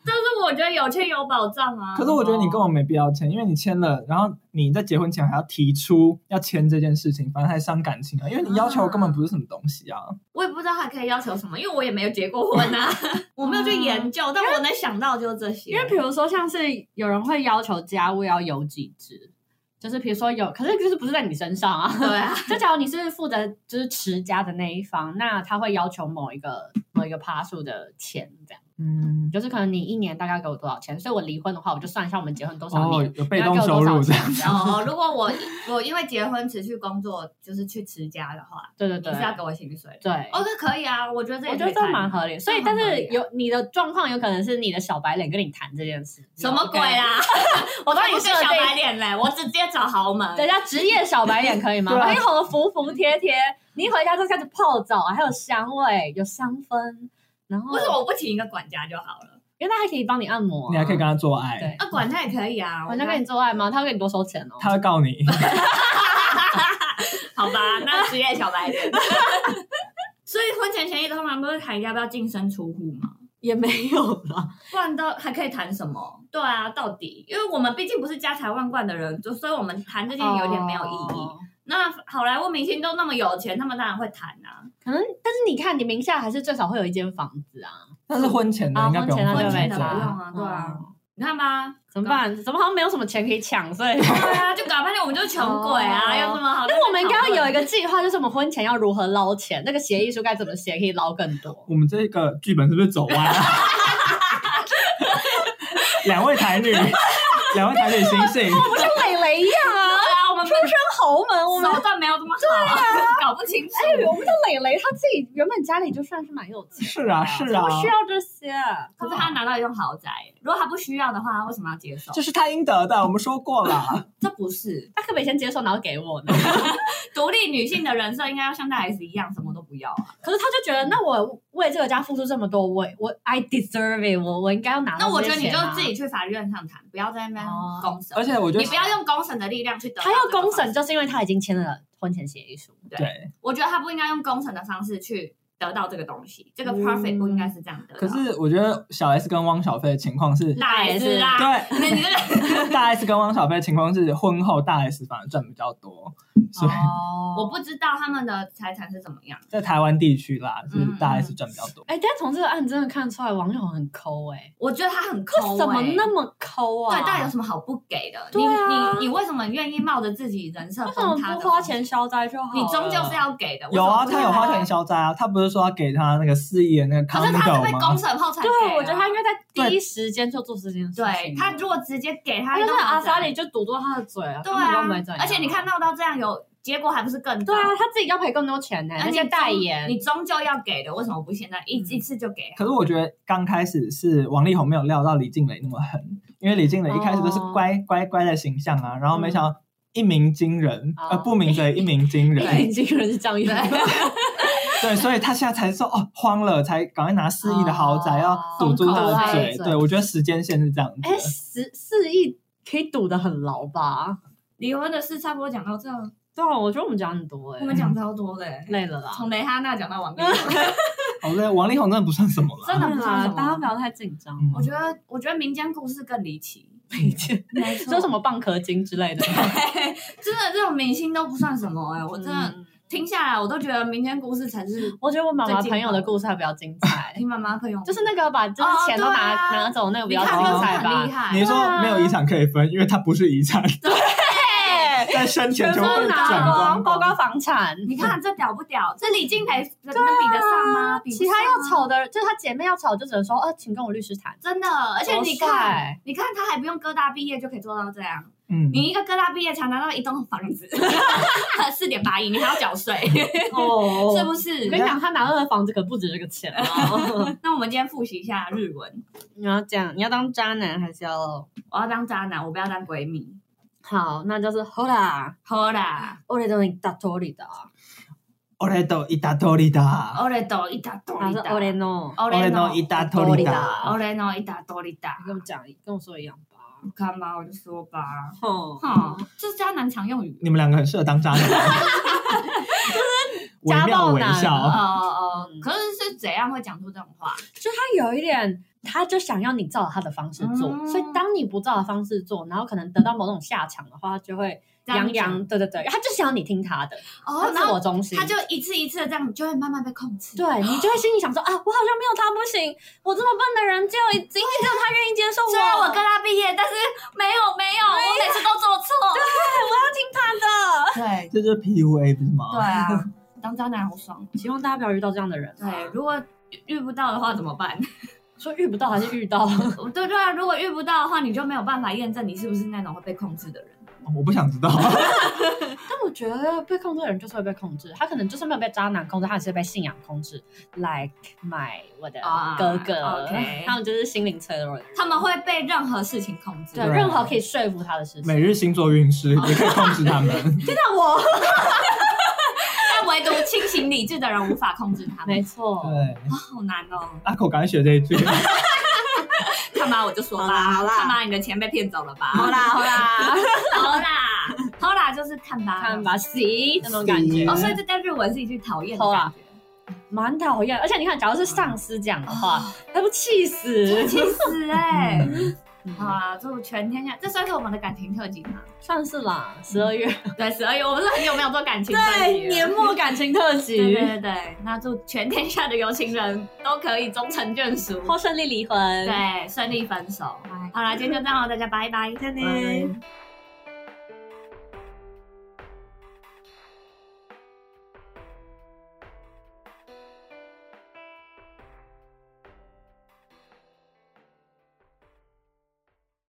Speaker 1: 就是我我觉得有欠有保障
Speaker 2: [laughs]
Speaker 1: 啊。
Speaker 2: 可是我觉得你根本没必要签，因为你签了，然后你在结婚前还要提出要签这件事情，反正还伤感情啊。因为你要求根本不是什么东西啊。
Speaker 1: 我也不知道还可以要求什么，因为我也没有结过婚 [laughs] 啊，我没有去研究，但我能想到就是这些。
Speaker 3: 因为比如说，像是有人会要求家务要有几只，就是比如说有，可是就是不是在你身上啊。 [laughs]
Speaker 1: 对 [laughs] 啊，
Speaker 3: 就假如你是负责就是持家的那一方，那他会要求某一个某一个趴数的钱，这样
Speaker 2: 嗯，
Speaker 3: 就是可能你一年大概给我多少钱，所以我离婚的话，我就算一下我们结婚多少
Speaker 2: 哦
Speaker 3: 年，，
Speaker 2: 有
Speaker 3: 你
Speaker 2: 被
Speaker 3: 要
Speaker 2: 动
Speaker 3: 给我
Speaker 2: 收
Speaker 3: 多少
Speaker 2: 入这
Speaker 3: 钱
Speaker 2: 样。
Speaker 3: 这样。
Speaker 1: 哦，如果我 [laughs] 我因为结婚辞去工作，就是去持家的话，
Speaker 3: 对对
Speaker 1: 你
Speaker 3: 对
Speaker 1: 是要给我薪水的。
Speaker 3: 对，
Speaker 1: 哦，这可以啊，我觉得这也
Speaker 3: 我觉
Speaker 1: 可
Speaker 3: 得
Speaker 1: 以
Speaker 3: 这
Speaker 1: 谈
Speaker 3: 蛮合理。所以，
Speaker 1: 这
Speaker 3: 但
Speaker 1: 很合
Speaker 3: 是
Speaker 1: 理啊
Speaker 3: 有你的状况，有可能是你的小白脸跟你谈这件事，
Speaker 1: 什么鬼
Speaker 3: 啊？
Speaker 1: 啊！ [laughs]
Speaker 3: 我帮
Speaker 1: 才
Speaker 3: 你
Speaker 1: 不是
Speaker 3: 设
Speaker 1: 小
Speaker 3: 定
Speaker 1: 白脸嘞，我直接找豪门。
Speaker 3: 等一下，职业小白脸可
Speaker 1: [laughs]
Speaker 3: 以吗？
Speaker 2: 对啊
Speaker 3: 把你哄得服服帖帖，你一回家就开始泡澡，还有香味，有香氛，然后
Speaker 1: 为什么我不请一个管家就好了？
Speaker 3: 因为他还可以帮你按摩啊、
Speaker 2: 你还可以跟他做爱
Speaker 3: 对，
Speaker 1: 啊，管家也可以啊，
Speaker 3: 我在跟你做爱吗？他会给你多收钱哦。 [laughs]
Speaker 2: 他会告你。
Speaker 1: 好吧，那职业小白脸。 [laughs] 所以婚前协议通常不是谈要不要净身出户吗？
Speaker 3: 也没有啦，
Speaker 1: 不然到还可以谈什么？对啊，到底因为我们毕竟不是家财万贯的人，就所以我们谈这件有点没有意义。
Speaker 3: 哦
Speaker 1: 那好莱坞明星都那么有钱，他们当然会谈啊。
Speaker 3: 可能，但是你看，你名下还是最少会有一间房子啊。
Speaker 2: 但是婚前的
Speaker 3: 啊，
Speaker 2: 应该
Speaker 3: 婚
Speaker 2: 不用
Speaker 3: 前那
Speaker 1: 婚
Speaker 3: 就没
Speaker 1: 前
Speaker 2: 分
Speaker 1: 的
Speaker 2: 这
Speaker 1: 不用
Speaker 2: 样。
Speaker 1: 啊对啊你看吧，
Speaker 3: 哦怎么办？怎么好像没有什么钱可以抢？所以，
Speaker 1: [laughs] 对啊，就搞半天我们就是穷鬼啊，
Speaker 3: 哦
Speaker 1: 有什么好？
Speaker 3: 那我们应该要有一个计划，就是我们婚前要如何捞钱，那个协议书该怎么写可以捞更多。
Speaker 2: 我们这个剧本是不是走 [laughs] 歪了？两位台 [laughs] 女，两位台女醒醒！
Speaker 3: 不是磊磊呀，
Speaker 1: 对啊，我们出生
Speaker 3: 豪门，我们 [laughs]
Speaker 1: 手段没有这么好，搞不清楚。
Speaker 3: 啊哎，我们的磊磊他自己原本家里就算是蛮有钱的，
Speaker 2: 是啊，是啊
Speaker 3: 他，不需要这些。
Speaker 1: 可是他拿到一栋豪宅，如果他不需要的话，他为什么要接受？
Speaker 2: 这是他应得的，我们说过
Speaker 1: [laughs]
Speaker 2: 了。
Speaker 1: 这不是
Speaker 3: 他可不可以先接受，然后给我呢？
Speaker 1: 独立女性的人设，应该要像大 S 一样，什么都不要啊。
Speaker 3: 可是他就觉得，那我为这个家付出这么多，我我 I deserve it，我我应该要拿到
Speaker 1: 那我
Speaker 3: 这
Speaker 1: 觉
Speaker 3: 些
Speaker 1: 得你
Speaker 3: 钱
Speaker 1: 就
Speaker 3: 啊
Speaker 1: 自己去法院上谈，不要在那边
Speaker 3: 哦
Speaker 1: 公审。
Speaker 2: 而且我觉得
Speaker 1: 你不要用公审的力量去得到
Speaker 3: 他要
Speaker 1: 这个
Speaker 3: 公
Speaker 1: 方
Speaker 3: 审，
Speaker 1: 式，
Speaker 3: 就是因为他已经签了婚前协议书。
Speaker 2: 对，
Speaker 1: 我觉得他不应该用公审的方式去得到这个东西，这个
Speaker 3: 嗯
Speaker 1: profit 不应该是这样得到。
Speaker 2: 可是我觉得小 S 跟汪小菲的情况是，
Speaker 1: 大 S 啦，
Speaker 2: 对，
Speaker 1: 那你这个
Speaker 2: 大 S 跟汪小菲的情况是婚后大 S 反而赚比较多，所以
Speaker 3: 哦
Speaker 1: 我不知道他们的财产是怎么样。
Speaker 2: 在台湾地区啦，是
Speaker 1: 嗯
Speaker 2: 大 S 赚比较多。
Speaker 3: 哎、但从这个案真的看出来，网友很抠哎、
Speaker 1: 我觉得他很
Speaker 3: 这
Speaker 1: 抠、欸，
Speaker 3: 怎么那么抠啊？
Speaker 1: 对，到底有什么好不给的？
Speaker 3: 对啊
Speaker 1: 你你你为什么愿意冒着自己人设
Speaker 3: 为什么
Speaker 1: 崩塌的
Speaker 3: 不
Speaker 1: 风
Speaker 3: 花
Speaker 1: 险
Speaker 3: 钱消灾就好了？
Speaker 1: 你终究是要给的。
Speaker 2: 有啊，
Speaker 1: 为什
Speaker 2: 他
Speaker 1: 么
Speaker 2: 有
Speaker 1: 不
Speaker 2: 花
Speaker 1: 给
Speaker 2: 钱消灾啊，他不是说要给他那个四亿的那个
Speaker 1: 可是他是
Speaker 2: condo
Speaker 1: 被公
Speaker 2: 吗？
Speaker 1: 审后才给啊
Speaker 3: 对，我觉得他应该在第一时间就做这件事情。啊
Speaker 1: 对他如果直接给他
Speaker 3: 他
Speaker 1: 一
Speaker 3: 就
Speaker 1: 个
Speaker 3: 是
Speaker 1: 公审，
Speaker 3: 阿莎里就堵住他的嘴啊，
Speaker 1: 对
Speaker 3: 根本
Speaker 1: 啊
Speaker 3: 就没怎样
Speaker 1: 而且你看闹到这样有结果还不是更
Speaker 3: 对
Speaker 1: 糟
Speaker 3: 啊，，他自己要赔更多钱呢、
Speaker 1: 那
Speaker 3: 那
Speaker 1: 你
Speaker 3: 些
Speaker 1: 终
Speaker 3: 哎代言，
Speaker 1: 你终究要给的，为什么不现在一
Speaker 3: 嗯
Speaker 1: 一次就给？啊
Speaker 2: 可是我觉得刚开始是王力宏没有料到李静蕾那么狠，因为李静蕾一开始都是
Speaker 3: 哦嗯
Speaker 2: 乖、乖乖的形象啊，然后没想到一鸣惊人，
Speaker 3: 哦
Speaker 2: 呃，不鸣则已一鸣惊
Speaker 3: [laughs]
Speaker 2: 人，
Speaker 3: 眼睛人是张艺谋， [laughs]
Speaker 2: 对，所以他现在才说哦，慌了，才赶快拿四亿的豪宅
Speaker 3: 哦
Speaker 2: 要堵住他
Speaker 3: 封口对
Speaker 2: 的嘴。
Speaker 3: 嘴
Speaker 2: 对，我觉得时间线是这样子的。
Speaker 3: 哎，十四亿可以堵得很牢吧？
Speaker 1: 离婚的事差不多讲到这，
Speaker 3: 对啊，我觉得我们讲很多哎、
Speaker 1: 我们讲超多的欸，
Speaker 3: 累了啦，
Speaker 1: 从蕾哈娜讲到王力宏，
Speaker 3: 嗯
Speaker 2: 好嘞，王力宏真的不算什么了。
Speaker 1: 真的不算
Speaker 3: 啦
Speaker 1: 什，
Speaker 3: 啊
Speaker 1: 么
Speaker 3: 大家不要太紧张。
Speaker 2: 嗯
Speaker 1: 我觉得我觉得民间故事更离奇。
Speaker 3: 没钱，
Speaker 1: [laughs] 没
Speaker 3: 说什么蚌壳精之类的，
Speaker 1: 真的这种明星都不算什么哎、我真的、
Speaker 3: 嗯
Speaker 1: 听下来，我都觉得民间故事才是
Speaker 3: 我觉得我妈妈朋友的故事还比较精彩，
Speaker 1: 听妈妈朋友，
Speaker 3: 就是那个把就是钱都拿、拿走那个比
Speaker 1: 你
Speaker 3: 较
Speaker 1: 看
Speaker 3: 精
Speaker 1: 那个是
Speaker 3: 彩
Speaker 1: 很
Speaker 3: 吧
Speaker 1: 厉。害，
Speaker 2: 你是
Speaker 3: 对
Speaker 2: 说
Speaker 3: 啊
Speaker 2: 没有遗产可以分，因为他不是遗产，
Speaker 3: 哎
Speaker 2: 在生前
Speaker 3: 全
Speaker 2: 就
Speaker 3: 部
Speaker 2: 会
Speaker 3: 拿
Speaker 2: 转
Speaker 3: 光，
Speaker 2: 光
Speaker 3: 包
Speaker 2: 光。
Speaker 3: 括房产。
Speaker 1: 你看这屌不屌？这李静蕾能比得上吗？比不
Speaker 3: 啊其他
Speaker 1: 上啊
Speaker 3: 要吵的，就是她姐妹要吵，就只能说，呃，请跟我律师谈。
Speaker 1: 真的，而且你
Speaker 3: 多
Speaker 1: 看
Speaker 3: 帅，
Speaker 1: 你看他还不用哥大毕业就可以做到这样，
Speaker 2: 嗯，
Speaker 1: 你一个哥大毕业才拿到一栋房子， [laughs] 四点八亿，你还要缴 [laughs] 税，
Speaker 3: [laughs] 哦
Speaker 1: 是不
Speaker 3: 我跟
Speaker 1: 是？
Speaker 3: 你讲，他拿到的房子可不止这个钱哦。 [laughs]
Speaker 1: 那我们今天复习一下日文，
Speaker 3: 你要讲，你要当渣男还是要？
Speaker 1: 我要当渣男，我不要当闺蜜。
Speaker 3: 好，那就是 hola，
Speaker 1: 好啦，
Speaker 3: 我的东西大托里的，
Speaker 2: 我来到一大多里
Speaker 3: 哦
Speaker 2: 达，
Speaker 1: 我来到一大多
Speaker 3: 还
Speaker 1: 里
Speaker 3: 是
Speaker 1: 达，
Speaker 3: 我的 no？
Speaker 1: 我
Speaker 2: 我来
Speaker 1: 来
Speaker 2: 到
Speaker 1: 到
Speaker 2: 一
Speaker 1: 一，
Speaker 2: 大多里
Speaker 1: 我
Speaker 2: 达。
Speaker 1: 来到一大多里达
Speaker 3: 你。跟我讲，跟我说一样吧。哦
Speaker 1: 看吧，我就说吧，
Speaker 3: 哼
Speaker 1: 哈，这是渣男常用语。
Speaker 2: 你们两个很适合当渣
Speaker 3: [laughs]
Speaker 2: 男，微
Speaker 3: 家暴
Speaker 2: 妙微
Speaker 3: 男
Speaker 1: 哦
Speaker 2: 笑。
Speaker 1: 哦，哦
Speaker 3: 嗯
Speaker 1: 可是是怎样会讲出这种话？
Speaker 3: 就他有一点，他就想要你照着他的方式做，
Speaker 1: 嗯
Speaker 3: 所以当你不照着方式做，然后可能得到某种下场的话，他就会
Speaker 1: 这样
Speaker 3: 洋
Speaker 1: 讲
Speaker 3: 洋，对对对，他就想要你听他的，
Speaker 1: 哦，
Speaker 3: 他
Speaker 1: 然
Speaker 3: 自我
Speaker 1: 后
Speaker 3: 中心，
Speaker 1: 他就一次一次的这样，你就会慢慢被控制。
Speaker 3: 对你就会心里想说啊，我好像没有他不行，我这么笨的人，只有一只有只有他愿意接
Speaker 4: 哦
Speaker 3: 受我，
Speaker 1: 虽然我跟他毕业，但是没有没有，我每次都做错。 [laughs] 对
Speaker 2: 这就是 PUA 不是吗？
Speaker 1: 对啊，当渣男好爽。
Speaker 3: 希望大家不要遇到这样的人，
Speaker 1: 对，，如果遇遇不到的话怎么
Speaker 4: [laughs]
Speaker 1: 办？
Speaker 3: 说遇不到还是遇到，
Speaker 1: [laughs] 对对啊，如果遇不到的话，你就没有办法验证你是不是那种会被控制的人。
Speaker 2: 我不想知
Speaker 3: [laughs]
Speaker 2: 道。
Speaker 3: 但我觉得被控制的人就是会被控制，他可能就是没有被渣男控制，他也是被信仰控制，like my 我的
Speaker 1: 啊
Speaker 3: 哥哥
Speaker 1: OK
Speaker 3: 他们就是心灵脆弱的人，
Speaker 1: 他们会被任何事情控制。
Speaker 3: 对，
Speaker 2: 对
Speaker 3: 任何可以说服他的事情，
Speaker 2: 每日星座运势也可以控制他
Speaker 3: [laughs]
Speaker 2: 们。
Speaker 3: 那我
Speaker 1: 但唯独清醒理智的人无法控制他们
Speaker 3: 没。错，
Speaker 2: 对，
Speaker 1: 啊，好难哦！
Speaker 2: 阿口赶快学这一句。
Speaker 1: 看吧，我就说
Speaker 4: 好啦
Speaker 1: 吧，
Speaker 4: 好啦
Speaker 1: 看吧，你的钱被骗走了吧？
Speaker 4: 好啦好啦，
Speaker 1: [laughs] 好啦，好啦，就是看吧，
Speaker 3: 看。吧，行那种感觉
Speaker 1: 哦，所以这在日文是一句讨厌的 [laughs] 感觉。
Speaker 3: 蛮讨厌，而且你看，假如是上司讲的话，那不气死。啊
Speaker 1: 气死哎、
Speaker 2: 嗯
Speaker 1: 好啦，祝全天下，这算是我们的感情特辑 [laughs] 吗？
Speaker 3: 算是啦，十二月
Speaker 1: 对，十二月我们是很久没有做感情特辑
Speaker 4: 对，
Speaker 1: 了
Speaker 4: 年末感情特辑，
Speaker 1: 对对对对，那祝全天下的有情人都可以终成眷属，
Speaker 3: 或顺利离婚。
Speaker 1: 对，顺利分手。好啦，今天就这样了，大家拜拜，再
Speaker 4: 见。